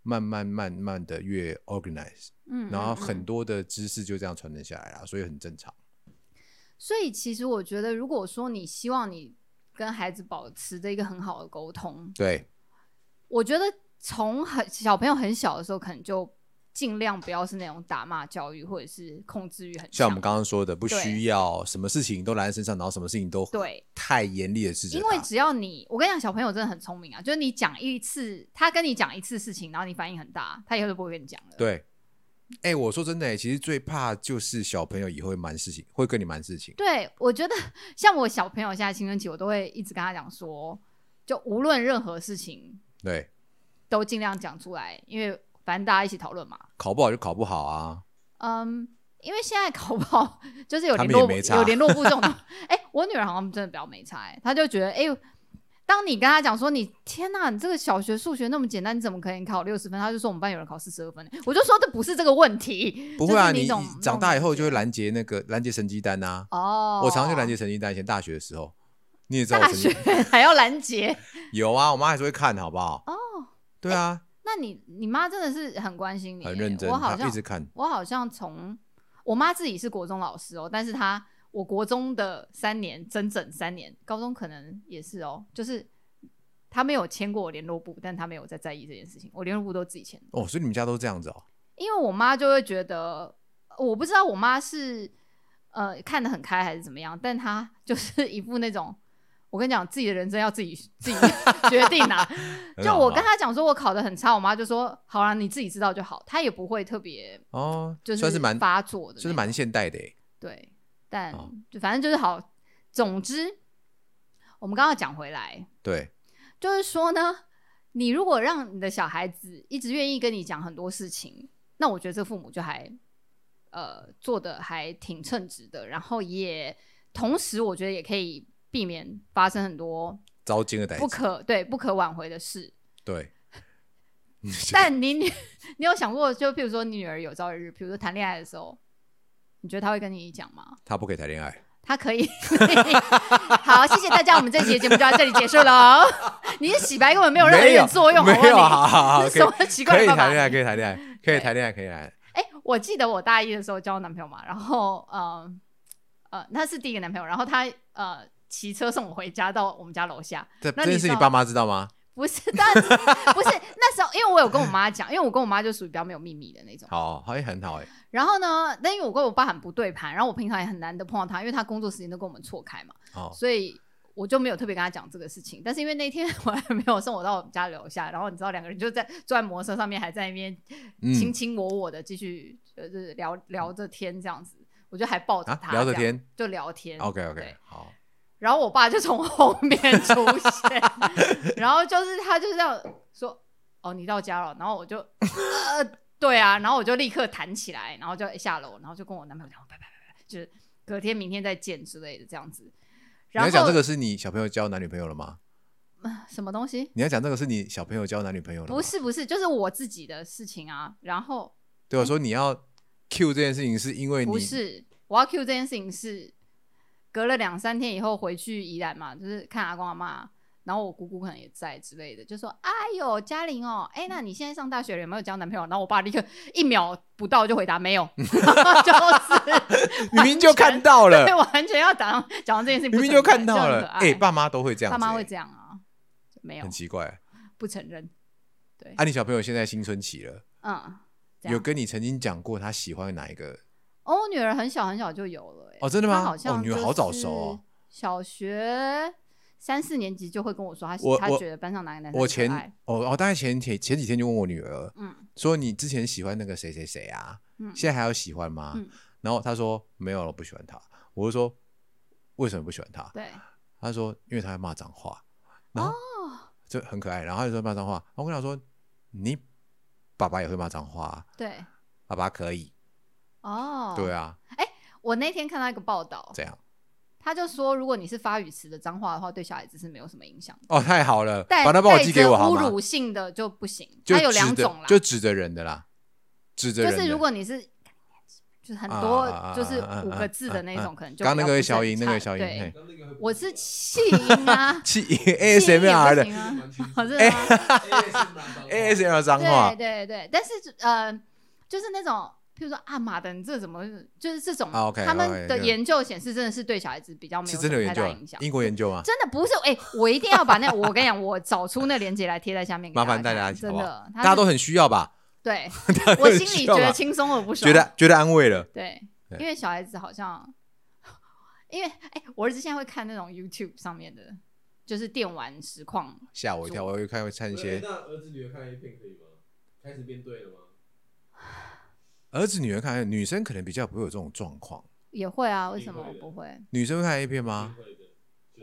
Speaker 2: 慢慢慢慢的越 organize，
Speaker 3: 嗯，
Speaker 2: 然后
Speaker 3: 嗯嗯
Speaker 2: 很多的知识就这样传承下来啦，所以很正常。
Speaker 3: 所以其实我觉得，如果说你希望你跟孩子保持着一个很好的沟通，
Speaker 2: 对，
Speaker 3: 我觉得从很小朋友很小的时候，可能就尽量不要是那种打骂教育，或者是控制欲很
Speaker 2: 像我
Speaker 3: 强
Speaker 2: 们。刚刚说的，不
Speaker 3: 对
Speaker 2: 需要什么事情都揽在身上，然后什么事情都
Speaker 3: 对
Speaker 2: 太严厉的事情，
Speaker 3: 因为只要你，我跟你讲，小朋友真的很聪明啊，就是你讲一次，他跟你讲一次事情，然后你反应很大，他以后就不会跟你讲了。
Speaker 2: 对。哎、我说真的、其实最怕就是小朋友以后会瞒事情，会跟你瞒事情。
Speaker 3: 对，我觉得像我小朋友现在青春期，我都会一直跟他讲说，就无论任何事情
Speaker 2: 对，
Speaker 3: 都尽量讲出来，因为反正大家一起讨论嘛。
Speaker 2: 考不好就考不好啊。
Speaker 3: 嗯，因为现在搞不好就是有
Speaker 2: 他
Speaker 3: 联
Speaker 2: 们
Speaker 3: 络
Speaker 2: 也
Speaker 3: 部
Speaker 2: 没差
Speaker 3: 有联络部这种东西，哎、我女儿好像真的比较没差、欸，她就觉得，哎、当你跟她讲说你天呐，你这个小学数学那么简单，你怎么可能考六十分？她就说我们班有人考四十二分、欸我就说这不是这个问题，
Speaker 2: 不会啊，
Speaker 3: 就是
Speaker 2: 你
Speaker 3: 懂
Speaker 2: 你长大以后就会拦截那个拦截成绩单呐、
Speaker 3: 哦，
Speaker 2: 我常常就 拦截成绩单，以前大学的时候，你也知道我
Speaker 3: 大
Speaker 2: 成
Speaker 3: 学
Speaker 2: 绩
Speaker 3: 还要拦截，
Speaker 2: 有啊，我妈还是会看好不好？哦，对啊，
Speaker 3: 那你你妈真的是很关心你欸、
Speaker 2: 很认真，
Speaker 3: 我好
Speaker 2: 她
Speaker 3: 像
Speaker 2: 一直看。
Speaker 3: 我好像从我妈自己是国中老师哦，但是她我国中的三年，整整三年，高中可能也是哦，就是她没有签过我联络簿，但她没有在在意这件事情，我联络簿都自己签的，
Speaker 2: 哦，所以你们家都这样子哦。
Speaker 3: 因为我妈就会觉得，我不知道我妈是呃看得很开还是怎么样，但她 就是一副那种。我跟你讲，自己的人生要自己自 己决定啊！
Speaker 2: 很
Speaker 3: 就
Speaker 2: 好
Speaker 3: 我
Speaker 2: 很
Speaker 3: 跟
Speaker 2: 好
Speaker 3: 她讲说，我考得很差，我妈就说：“好啦，你自己知道就好。”她也不会特别
Speaker 2: 哦，
Speaker 3: 就是
Speaker 2: 算是蛮
Speaker 3: 发作的那种，
Speaker 2: 算是蛮现代的欸耶。
Speaker 3: 对，但
Speaker 2: 哦
Speaker 3: 就反正就是好。总之，我们刚刚讲回来，
Speaker 2: 对，
Speaker 3: 就是说呢，你如果让你的小孩子一直愿意跟你讲很多事情，那我觉得这父母就还呃做的还挺称职的，然后也同时我觉得也可以避免发生很多
Speaker 2: 糟心的代
Speaker 3: 不可对不可挽回的事。
Speaker 2: 对。嗯
Speaker 3: 但你 女，你有想过，就譬如说你女儿有朝一日，比如说谈恋爱的时候，你觉得她会跟你讲吗？
Speaker 2: 他不可以谈恋爱。
Speaker 3: 他可以。 好，谢谢大家，我们这期的节目就到这里结束了哦。 你是洗白根本没有任何一点作用，
Speaker 2: 没
Speaker 3: 我问
Speaker 2: 有，好
Speaker 3: 你，
Speaker 2: 好好，
Speaker 3: 这
Speaker 2: 可
Speaker 3: 是
Speaker 2: 以
Speaker 3: 什么奇怪
Speaker 2: 可以
Speaker 3: 的办
Speaker 2: 谈
Speaker 3: 法？
Speaker 2: 恋爱，可以谈恋爱，可以谈恋爱，可以谈恋爱。
Speaker 3: 哎、我记得我大一的时候交男朋友嘛，然后呃呃，那是第一个男朋友，然后他呃骑车送我回家到我们家楼下，
Speaker 2: 这
Speaker 3: 那
Speaker 2: 这件
Speaker 3: 你
Speaker 2: 事
Speaker 3: 知
Speaker 2: 你
Speaker 3: 道
Speaker 2: 爸妈知道吗？
Speaker 3: 不是，但 不是那时候，因为我有跟我妈讲，因为我跟我妈就属于比较没有秘密的那种。
Speaker 2: 好，好，也很好哎。
Speaker 3: 然后呢，但因为我跟我爸很不对盘，然后我平常也很难得碰到他，因为他工作时间都跟我们错开嘛。
Speaker 2: 好，
Speaker 3: 所以我就没有特别跟他讲这个事情。但是因为那天 我还没有送我到我们家楼下，然后你知道两个人就在坐在摩托车上面，还在那边卿
Speaker 2: 嗯
Speaker 3: 卿我我的继续呃就是聊聊着天这样子，我就还抱着
Speaker 2: 啊
Speaker 3: 他、，
Speaker 2: 聊着天。
Speaker 3: 就聊天。
Speaker 2: OK OK，
Speaker 3: 对
Speaker 2: 好，
Speaker 3: 然后我爸就从后面出现， 然后就是他就这样说：“哦，你到家了。”然后我就呃，对啊，然后我就立刻弹起来，然后就下楼，然后就跟我男朋友讲：“拜拜拜拜，就是隔天明天再见之类的这样子。”
Speaker 2: 你
Speaker 3: 然
Speaker 2: 要
Speaker 3: 后
Speaker 2: 讲这个是你小朋友交男女朋友了吗？
Speaker 3: 什么东西？
Speaker 2: 你要讲这个是你小朋友交男女朋友了吗？
Speaker 3: 不，是不是，就是我自己的事情啊。然后
Speaker 2: 对我说你要 Q 这件事情是因为你
Speaker 3: 不是我要 Q 这件事情是隔了两三天以后回去宜兰嘛，就是看阿公阿妈，然后我姑姑可能也在之类的，就说：“哎呦，嘉玲哦，哎，那你现在上大学了有没有交男朋友？”然后我爸立刻一秒不到就回 答没有，就是
Speaker 2: 明明就看到了
Speaker 3: 对，，完全要打上讲到这件事情不
Speaker 2: 明
Speaker 3: 存
Speaker 2: 明
Speaker 3: 在，
Speaker 2: 就看到
Speaker 3: 就很
Speaker 2: 了
Speaker 3: 可，爱
Speaker 2: 哎，爸妈都会这样子
Speaker 3: 爸
Speaker 2: 欸，
Speaker 3: 妈会这样啊，没有
Speaker 2: 很奇怪。
Speaker 3: 不承认，
Speaker 2: 啊，你小朋友现在青春期了，
Speaker 3: 嗯，这样
Speaker 2: 有跟你曾经讲过他喜欢哪一个？
Speaker 3: 哦，我女儿很小很小就有了、欸，
Speaker 2: 哦真的
Speaker 3: 她
Speaker 2: 吗
Speaker 3: 好像、
Speaker 2: 哦女儿好早熟哦，
Speaker 3: 小学三四年级就会跟我说她喜，
Speaker 2: 我
Speaker 3: 她
Speaker 2: 我
Speaker 3: 觉得班上哪个男生
Speaker 2: 我
Speaker 3: 很可
Speaker 2: 前
Speaker 3: 爱
Speaker 2: 哦哦，大概前前前几天就问我女儿，
Speaker 3: 嗯
Speaker 2: 说你之前喜欢那个谁谁谁啊，
Speaker 3: 嗯
Speaker 2: 现在还有喜欢吗？
Speaker 3: 嗯
Speaker 2: 然后她说没有了，不喜欢他。我就说为什么不喜欢他？
Speaker 3: 对，哦
Speaker 2: 她说因为他会骂脏话，然后、就很可爱。然后她就说骂脏话，然后我跟她说你爸爸也会骂脏话啊、
Speaker 3: 对，
Speaker 2: 爸爸可以。
Speaker 3: 哦，
Speaker 2: 对啊，
Speaker 3: 我那天看到一个报道，
Speaker 2: 这样
Speaker 3: 他就说，如果你是发语词的脏话的话，对小孩子是没有什么影响的。
Speaker 2: 哦，太好了，
Speaker 3: 带
Speaker 2: 把它帮我
Speaker 3: 带
Speaker 2: 寄
Speaker 3: 着
Speaker 2: 给我好
Speaker 3: 侮
Speaker 2: 吗？
Speaker 3: 辱性的就不行，
Speaker 2: 就
Speaker 3: 它有
Speaker 2: 指
Speaker 3: 两
Speaker 2: 着
Speaker 3: 种啦，
Speaker 2: 就指着人的啦，指着
Speaker 3: 就
Speaker 2: 人的。
Speaker 3: 是如果你是就是很多
Speaker 2: 啊啊啊啊
Speaker 3: 就是
Speaker 2: 啊啊
Speaker 3: 五
Speaker 2: 啊
Speaker 3: 个字的那
Speaker 2: 啊
Speaker 3: 种，可能就
Speaker 2: 刚刚那
Speaker 3: 比较
Speaker 2: 个
Speaker 3: 不是
Speaker 2: 小
Speaker 3: 很
Speaker 2: 莹，那个
Speaker 3: 恰
Speaker 2: 小莹，
Speaker 3: 对
Speaker 2: 嘿，
Speaker 3: 我是气
Speaker 2: ，
Speaker 3: 音啊
Speaker 2: 气
Speaker 3: 气音也不
Speaker 2: ASMR 的
Speaker 3: 行啊， 哦真的吗？
Speaker 2: ASMR 脏话
Speaker 3: 对对对，但是呃，就是那种，譬如说啊，马的，你这怎么就是这种、
Speaker 2: 啊，OK，
Speaker 3: 他们
Speaker 2: OK，
Speaker 3: 的
Speaker 2: 就
Speaker 3: 研究显示真的是对小孩子比较没
Speaker 2: 是
Speaker 3: 有
Speaker 2: 真的有
Speaker 3: 什
Speaker 2: 研究
Speaker 3: 么太大
Speaker 2: 啊
Speaker 3: 影响，，
Speaker 2: 英国研究啊，
Speaker 3: 真的不是哎、我一定要把那我跟你讲，我找出那链接来贴在下面给
Speaker 2: 麻烦
Speaker 3: 大
Speaker 2: 大家
Speaker 3: 看真
Speaker 2: 好不
Speaker 3: 的，
Speaker 2: 大
Speaker 3: 大
Speaker 2: 家都很需要 吧？
Speaker 3: 对
Speaker 2: 大家
Speaker 3: 我
Speaker 2: 都很
Speaker 3: 心里
Speaker 2: 需
Speaker 3: 觉
Speaker 2: 要
Speaker 3: 得
Speaker 2: 吧
Speaker 3: 轻松了不少，
Speaker 2: 觉得觉得安慰了，
Speaker 3: 对，
Speaker 2: 对
Speaker 3: 因为小孩子好像，因为哎、我儿子现在会看那种 YouTube 上面的，就是电玩实况，
Speaker 2: 吓我一跳，我有看会 看一些
Speaker 4: 那儿子女儿看 A 片可以吗？开始变对了吗？
Speaker 2: 儿子女儿看，女生可能比较不会有这种状况，
Speaker 3: 也会啊，为什么
Speaker 4: 也
Speaker 3: 我
Speaker 4: 会的
Speaker 3: 不会？
Speaker 2: 女生会看 A 片吗？
Speaker 4: 会的。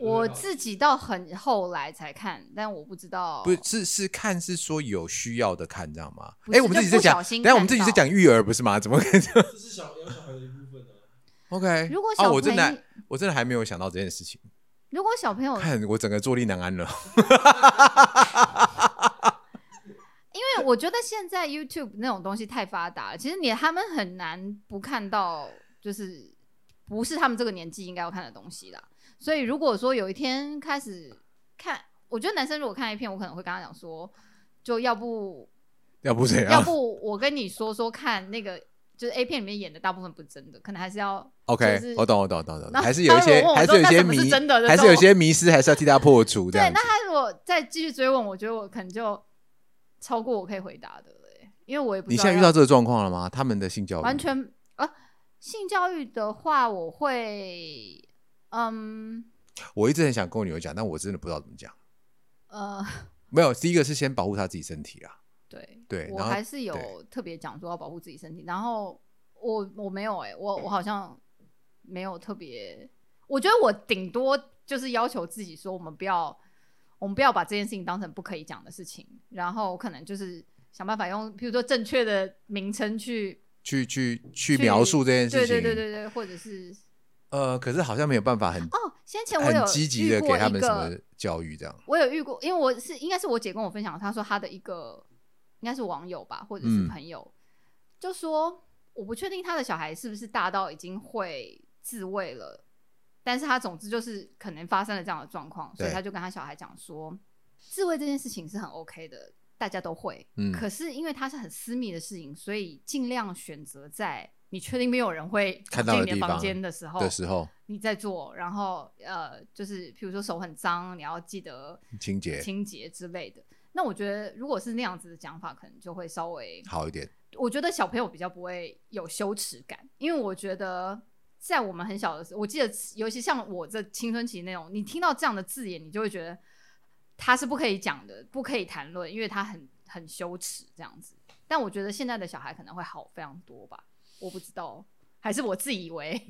Speaker 3: 我
Speaker 2: 嗯
Speaker 3: 自己到很后来才看，但我不知道，
Speaker 2: 不是是是看是说有需要的看，这样吗？
Speaker 3: 不
Speaker 2: 哎，
Speaker 3: 是
Speaker 2: 我们
Speaker 3: 就
Speaker 2: 自己在
Speaker 3: 不
Speaker 2: 讲
Speaker 3: 小，心
Speaker 2: 等下我们
Speaker 3: 看
Speaker 2: 自己在
Speaker 3: 到
Speaker 2: 讲育儿不是吗？怎么可能
Speaker 4: 这是小养小孩的一部分啊。
Speaker 2: ？OK，
Speaker 3: 如果
Speaker 2: 啊，
Speaker 3: 小
Speaker 2: 我
Speaker 3: 朋哦
Speaker 2: 真
Speaker 3: 友，
Speaker 2: 的我真的还没有想到这件事情，
Speaker 3: 如果小朋友，
Speaker 2: 看我整个坐立难安了。
Speaker 3: 因为我觉得现在 YouTube 那种东西太发达了，其实你他们很难不看到，就是不是他们这个年纪应该要看的东西啦。所以如果说有一天开始看，我觉得男生如果看一片，我可能会跟他讲说，就要不
Speaker 2: 要不啊怎
Speaker 3: 要
Speaker 2: 样
Speaker 3: 不我跟你说说看那个。就是 A 片里面演的大部分不是真的，可能还是要
Speaker 2: ？OK，
Speaker 3: 就是
Speaker 2: 我懂，我懂，我懂，我
Speaker 3: 那
Speaker 2: 懂，还是有一些，
Speaker 3: 当然我问我
Speaker 2: 还是
Speaker 3: 说
Speaker 2: 有一
Speaker 3: 那
Speaker 2: 些
Speaker 3: 怎么
Speaker 2: 迷
Speaker 3: 是，真的这
Speaker 2: 还是有
Speaker 3: 种
Speaker 2: 些迷失，还是要替他破除这
Speaker 3: 对，
Speaker 2: 样
Speaker 3: 那
Speaker 2: 子。
Speaker 3: 他如果再继续追问，我觉得我可能就超过我可以回答的了耶、因为我也不
Speaker 2: 你
Speaker 3: 知道
Speaker 2: 现在遇
Speaker 3: 要
Speaker 2: 到这个状况了吗？他们的性教育
Speaker 3: 完全啊，性教育的话，我会嗯
Speaker 2: 我一直很想跟我女儿讲，但我真的不知道怎么讲。
Speaker 3: 呃，
Speaker 2: 没有，第一个是先保护她自己身体啊啦。
Speaker 3: 对
Speaker 2: 对
Speaker 3: 我
Speaker 2: 然后
Speaker 3: 还是有
Speaker 2: 对
Speaker 3: 特别讲说要保护自己身体，然后我我没有哎、我我好像没有特别，我觉得我顶多就是要求自己说，我们不要我们不要把这件事情当成不可以讲的事情，然后可能就是想办法用，比如说正确的名称去
Speaker 2: 去去去描述这件事情，
Speaker 3: 对对对对对，或者是
Speaker 2: 呃，可是好像没有办法很、
Speaker 3: 哦，先前我有
Speaker 2: 很积极的
Speaker 3: 遇
Speaker 2: 给
Speaker 3: 过
Speaker 2: 他们
Speaker 3: 一
Speaker 2: 什
Speaker 3: 个
Speaker 2: 么教育这样。
Speaker 3: 我有遇过，因为我是应该是我姐跟我分享，她说她的一个应该是网友吧，或者是
Speaker 2: 嗯
Speaker 3: 朋友，就说我不确定她的小孩是不是大到已经会自慰了，但是她总之就是可能发生了这样的状况，所以
Speaker 2: 对
Speaker 3: 她就跟她小孩讲说，自慰这件事情是很 OK 的，大家都会，
Speaker 2: 嗯
Speaker 3: 可是因为它是很私密的事情，所以尽量选择在你确定没有人会
Speaker 2: 看到的
Speaker 3: 进你
Speaker 2: 地
Speaker 3: 的房
Speaker 2: 方
Speaker 3: 间的时候
Speaker 2: 的时候，
Speaker 3: 你在做，然后呃，就是譬如说手很脏，你要记得
Speaker 2: 清洁
Speaker 3: 清洁之类的。那我觉得如果是那样子的讲法，可能就会稍微，
Speaker 2: 好一点。
Speaker 3: 我觉得小朋友比较不会有羞耻感，因为我觉得在我们很小的时候，我记得尤其像我这青春期那种，你听到这样的字眼，你就会觉得他是不可以讲的，不可以谈论，因为他很很羞耻这样子。但我觉得现在的小孩可能会好非常多吧，我不知道，还是我自 以为。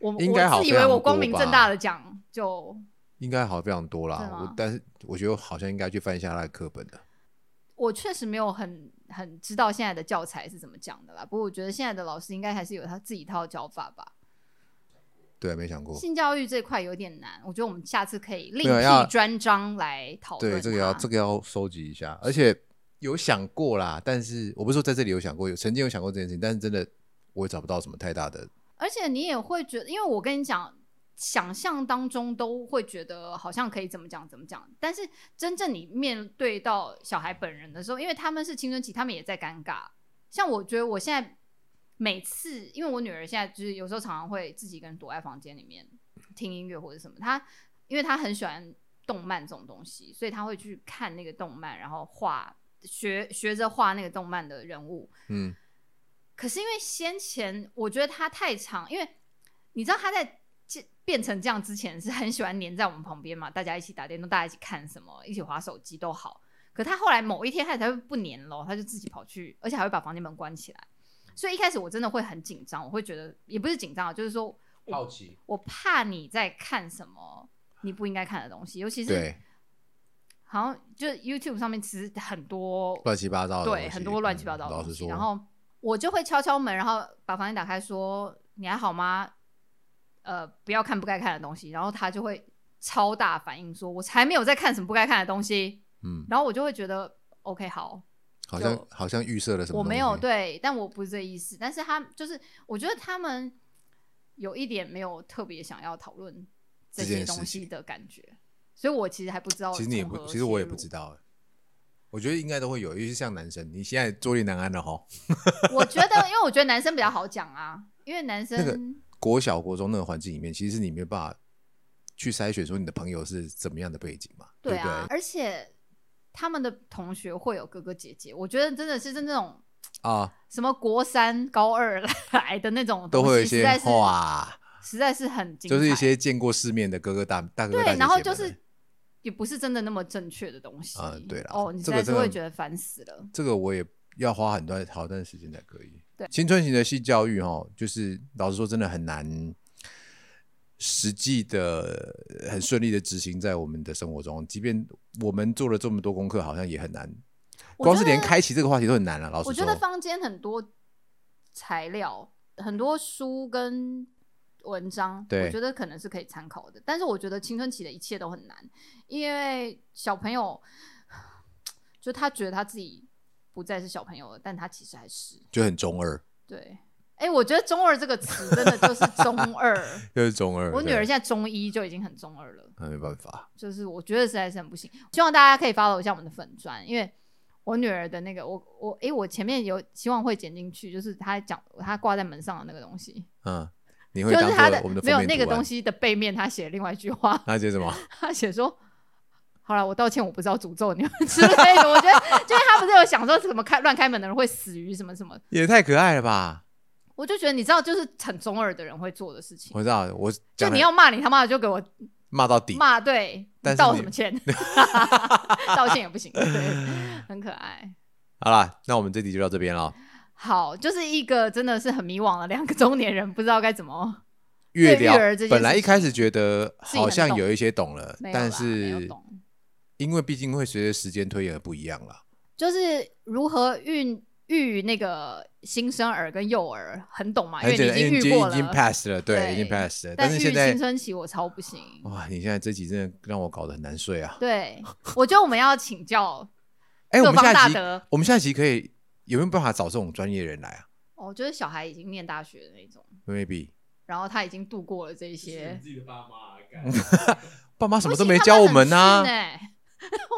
Speaker 3: 我
Speaker 2: 应该好
Speaker 3: 我自以
Speaker 2: 非
Speaker 3: 为
Speaker 2: 常
Speaker 3: 我光明
Speaker 2: 多
Speaker 3: 正
Speaker 2: 吧
Speaker 3: 大的讲就
Speaker 2: 应该好非常多
Speaker 3: 对
Speaker 2: 啦，
Speaker 3: 吗
Speaker 2: 我但是我觉得好像应该去翻一下他的课本的。
Speaker 3: 我确实没有很很知道现在的教材是怎么讲的啦。不过我觉得现在的老师应该还是有他自己一套教法吧。
Speaker 2: 对，没想过。
Speaker 3: 性教育这块有点难，我觉得我们下次可以另
Speaker 2: 没有要
Speaker 3: 辟专章来讨论它。
Speaker 2: 对，这个要这个要收集一下，而且有想过啦，但是我不是说在这里有想过，有曾经有想过这件事情，但是真的我也找不到什么太大的
Speaker 3: 而且你也会觉得，因为我跟你讲，想象当中都会觉得好像可以怎么讲怎么讲，但是真正你面对到小孩本人的时候，因为他们是青春期，他们也在尴尬。像我觉得我现在每次，因为我女儿现在就是有时候常常会自己一个人躲在房间里面听音乐或者什么，她因为她很喜欢动漫这种东西，所以她会去看那个动漫，然后画学学着画那个动漫的人物。
Speaker 2: 嗯
Speaker 3: 可是因为先前我觉得他太长，因为你知道他在这变成这样之前是很喜欢黏在我们旁边嘛，大家一起打电动，大家一起看什么，一起划手机都好。可他后来某一天他才会不黏咯，他就自己跑去，而且还会把房间门关起来。所以一开始我真的会很紧张，我会觉得也不是紧张啊，就是说
Speaker 4: 好奇，
Speaker 3: 我怕你在看什么你不应该看的东西，尤其是
Speaker 2: 对
Speaker 3: 好像就是 YouTube 上面其实很多
Speaker 2: 乱七八糟的东西，
Speaker 3: 对，很多乱七八糟
Speaker 2: 嗯
Speaker 3: 的
Speaker 2: 老
Speaker 3: 东
Speaker 2: 实
Speaker 3: 西。
Speaker 2: 说，
Speaker 3: 然后我就会敲敲门，然后把房间打开说你还好吗？呃，不要看不该看的东西。然后他就会超大反应说，我才没有在看什么不该看的东西。
Speaker 2: 嗯，
Speaker 3: 然后我就会觉得 OK 好，
Speaker 2: 好像
Speaker 3: 就
Speaker 2: 好像预设了什么，
Speaker 3: 我没有，对，但我不是这意思。但是他就是，我觉得他们有一点没有特别想要讨论这
Speaker 2: 这件
Speaker 3: 些
Speaker 2: 事
Speaker 3: 东西
Speaker 2: 情
Speaker 3: 的感觉，所以我其实还不知道。
Speaker 2: 其实你也不，其实我也不知。道。我觉得应该都会有，尤其是像男生，你现在坐立难安了哈。
Speaker 3: 我觉得，因为我觉得男生比较好讲啊，因为男生、
Speaker 2: 那个国小、国中那个环境里面，其实你没有办法去筛选说你的朋友是怎么样的背景嘛，
Speaker 3: 对
Speaker 2: 不对？
Speaker 3: 啊，而且他们的同学会有哥哥姐姐，我觉得真的是那种
Speaker 2: 啊，
Speaker 3: 什么国三、高二 来的那种
Speaker 2: 都
Speaker 3: 东西，
Speaker 2: 会有一
Speaker 3: 实
Speaker 2: 些
Speaker 3: 在是
Speaker 2: 哇，
Speaker 3: 实在是很精彩
Speaker 2: 就是一些见过世面的哥哥大大哥哥大姐姐
Speaker 3: 对，
Speaker 2: 们
Speaker 3: 然后就是也不是真的那么正确的东西
Speaker 2: 啊对啦
Speaker 3: 哦，你实
Speaker 2: 这个
Speaker 3: 在是
Speaker 2: 真的
Speaker 3: 会觉得烦死了。
Speaker 2: 这个我也要花很多好段时间才可以。对，青春型的性教育哦，就是老实说，真的很难实际的很顺利的执行在我们的生活中。即便我们做了这么多功课，好像也很难。
Speaker 3: 我觉
Speaker 2: 光
Speaker 3: 得
Speaker 2: 是连开启这个话题都很难了、老实说，
Speaker 3: 我觉得坊间很多材料、很多书跟文章，
Speaker 2: 对
Speaker 3: 我觉得可能是可以参考的。但是我觉得青春期的一切都很难，因为小朋友就他觉得他自己不再是小朋友了，但他其实还是
Speaker 2: 就很中二，
Speaker 3: 对。哎、我觉得“中二”这个词真的就是中二。
Speaker 2: 就是中二。
Speaker 3: 我 女
Speaker 2: 对
Speaker 3: 儿现在中一就已经很中二了。
Speaker 2: 那没办法，
Speaker 3: 就是我觉得实在是很不行。希望大家可以 follow 一下我们的粉砖，因为我女儿的那个，我我诶，我前面有希望会剪进去，就是她讲她挂在门上的那个东西，
Speaker 2: 嗯，你
Speaker 3: 就
Speaker 2: 会当
Speaker 3: 是她
Speaker 2: 做
Speaker 3: 的
Speaker 2: 我们的
Speaker 3: 没有
Speaker 2: 封面
Speaker 3: 那个
Speaker 2: 图案
Speaker 3: 东。西的背面，她写另外一句话，
Speaker 2: 那接什么？
Speaker 3: 她写说。好了，我道歉，我不知道诅咒你们之类的。我觉得，就是她不是有想说什么开乱开门的人会死于什么什么，
Speaker 2: 也太可爱了吧！
Speaker 3: 我就觉得你知道，就是很中二的人会做的事情
Speaker 2: 我。知道，我
Speaker 3: 就
Speaker 2: 讲
Speaker 3: 你
Speaker 2: 得
Speaker 3: 要骂你他妈的就给我
Speaker 2: 骂到底，
Speaker 3: 骂对，
Speaker 2: 但
Speaker 3: 你
Speaker 2: 是
Speaker 3: 道
Speaker 2: 你
Speaker 3: 什 么歉？ 道歉也不行，对，很可爱。
Speaker 2: 好啦，那我们这集就到这边了。
Speaker 3: 好，就是一个真的是很迷惘的两个中年人，不知道该怎么。
Speaker 2: 越
Speaker 3: 对育
Speaker 2: 聊
Speaker 3: 儿这件，
Speaker 2: 本来
Speaker 3: 事
Speaker 2: 一开始觉得
Speaker 3: 自己
Speaker 2: 好
Speaker 3: 很
Speaker 2: 像
Speaker 3: 懂
Speaker 2: 有一些懂了，
Speaker 3: 没有
Speaker 2: 但
Speaker 3: 啦没有
Speaker 2: 是
Speaker 3: 懂
Speaker 2: 因为毕竟会随着时间推演而不一样了。
Speaker 3: 就是如何孕育那个新生儿跟幼儿，很懂啊嘛，因
Speaker 2: 很
Speaker 3: 为
Speaker 2: 简
Speaker 3: 你
Speaker 2: 单，因为
Speaker 3: 已
Speaker 2: 已经
Speaker 3: 经遇过
Speaker 2: 已
Speaker 3: 了，
Speaker 2: 经 pass 了，对，已经
Speaker 3: 对
Speaker 2: pass 了。
Speaker 3: 但
Speaker 2: 是
Speaker 3: 育
Speaker 2: 现在
Speaker 3: 新，生期我超不行。
Speaker 2: 哇，你现在这集真的让我搞得很难睡啊！
Speaker 3: 对，我觉得我们要请教
Speaker 2: 哎，我
Speaker 3: 各
Speaker 2: 们
Speaker 3: 方
Speaker 2: 下
Speaker 3: 大
Speaker 2: 集，
Speaker 3: 德。
Speaker 2: 我们下集可以有没有办法找这种专业人来啊
Speaker 3: 哦，就是小孩已经念大学的那种，
Speaker 2: ？Maybe
Speaker 3: 然后他已经度过了这一
Speaker 4: 就是你
Speaker 3: 些
Speaker 4: 自。己的爸妈啊干，
Speaker 2: 爸妈什么
Speaker 3: 不
Speaker 2: 都
Speaker 3: 行
Speaker 2: 没
Speaker 3: 他
Speaker 2: 教我
Speaker 3: 很
Speaker 2: 们啊呐
Speaker 3: 逊，欸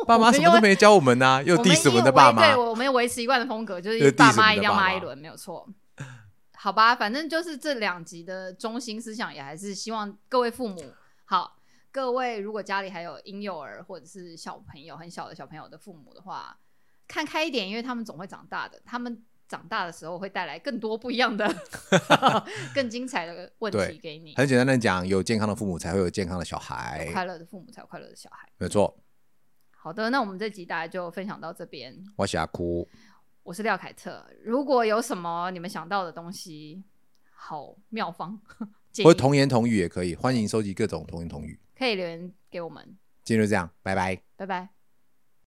Speaker 2: 爸妈什么都没教我们 呐，又
Speaker 3: 我们
Speaker 2: diss 我
Speaker 3: 因为
Speaker 2: 们的爸妈
Speaker 3: 对，。我们有维持一贯的风格，就
Speaker 2: 就是
Speaker 3: 是
Speaker 2: diss
Speaker 3: 爸妈
Speaker 2: 我们的
Speaker 3: 一定要
Speaker 2: 爸
Speaker 3: 骂
Speaker 2: 妈
Speaker 3: 一轮，没有错。好吧，反正就是这两集的中心思想也还是希望各位父母好，各位如果家里还有婴幼儿或者是小朋友很小的小朋友的父母的话，看开一点，因为他们总会长大的，他们长大的时候会带来更多不一 样的、 更精彩的问
Speaker 2: 对
Speaker 3: 题给你。
Speaker 2: 很简单的讲，有健康的父母才会有健康的小
Speaker 3: 有
Speaker 2: 孩，
Speaker 3: 快乐的父母才有快乐的小孩。
Speaker 2: 没有错。
Speaker 3: 好的，那我们这集大家就分享到这边。
Speaker 2: 我想哭，
Speaker 3: 我是廖凯特。如果有什么你们想到的东西，好妙方， 建
Speaker 2: 或者
Speaker 3: 议
Speaker 2: 童言童语也可以，欢迎收集各种童言童语。
Speaker 3: 可以留言给我们，
Speaker 2: 今天就这样，拜拜。
Speaker 3: 拜拜。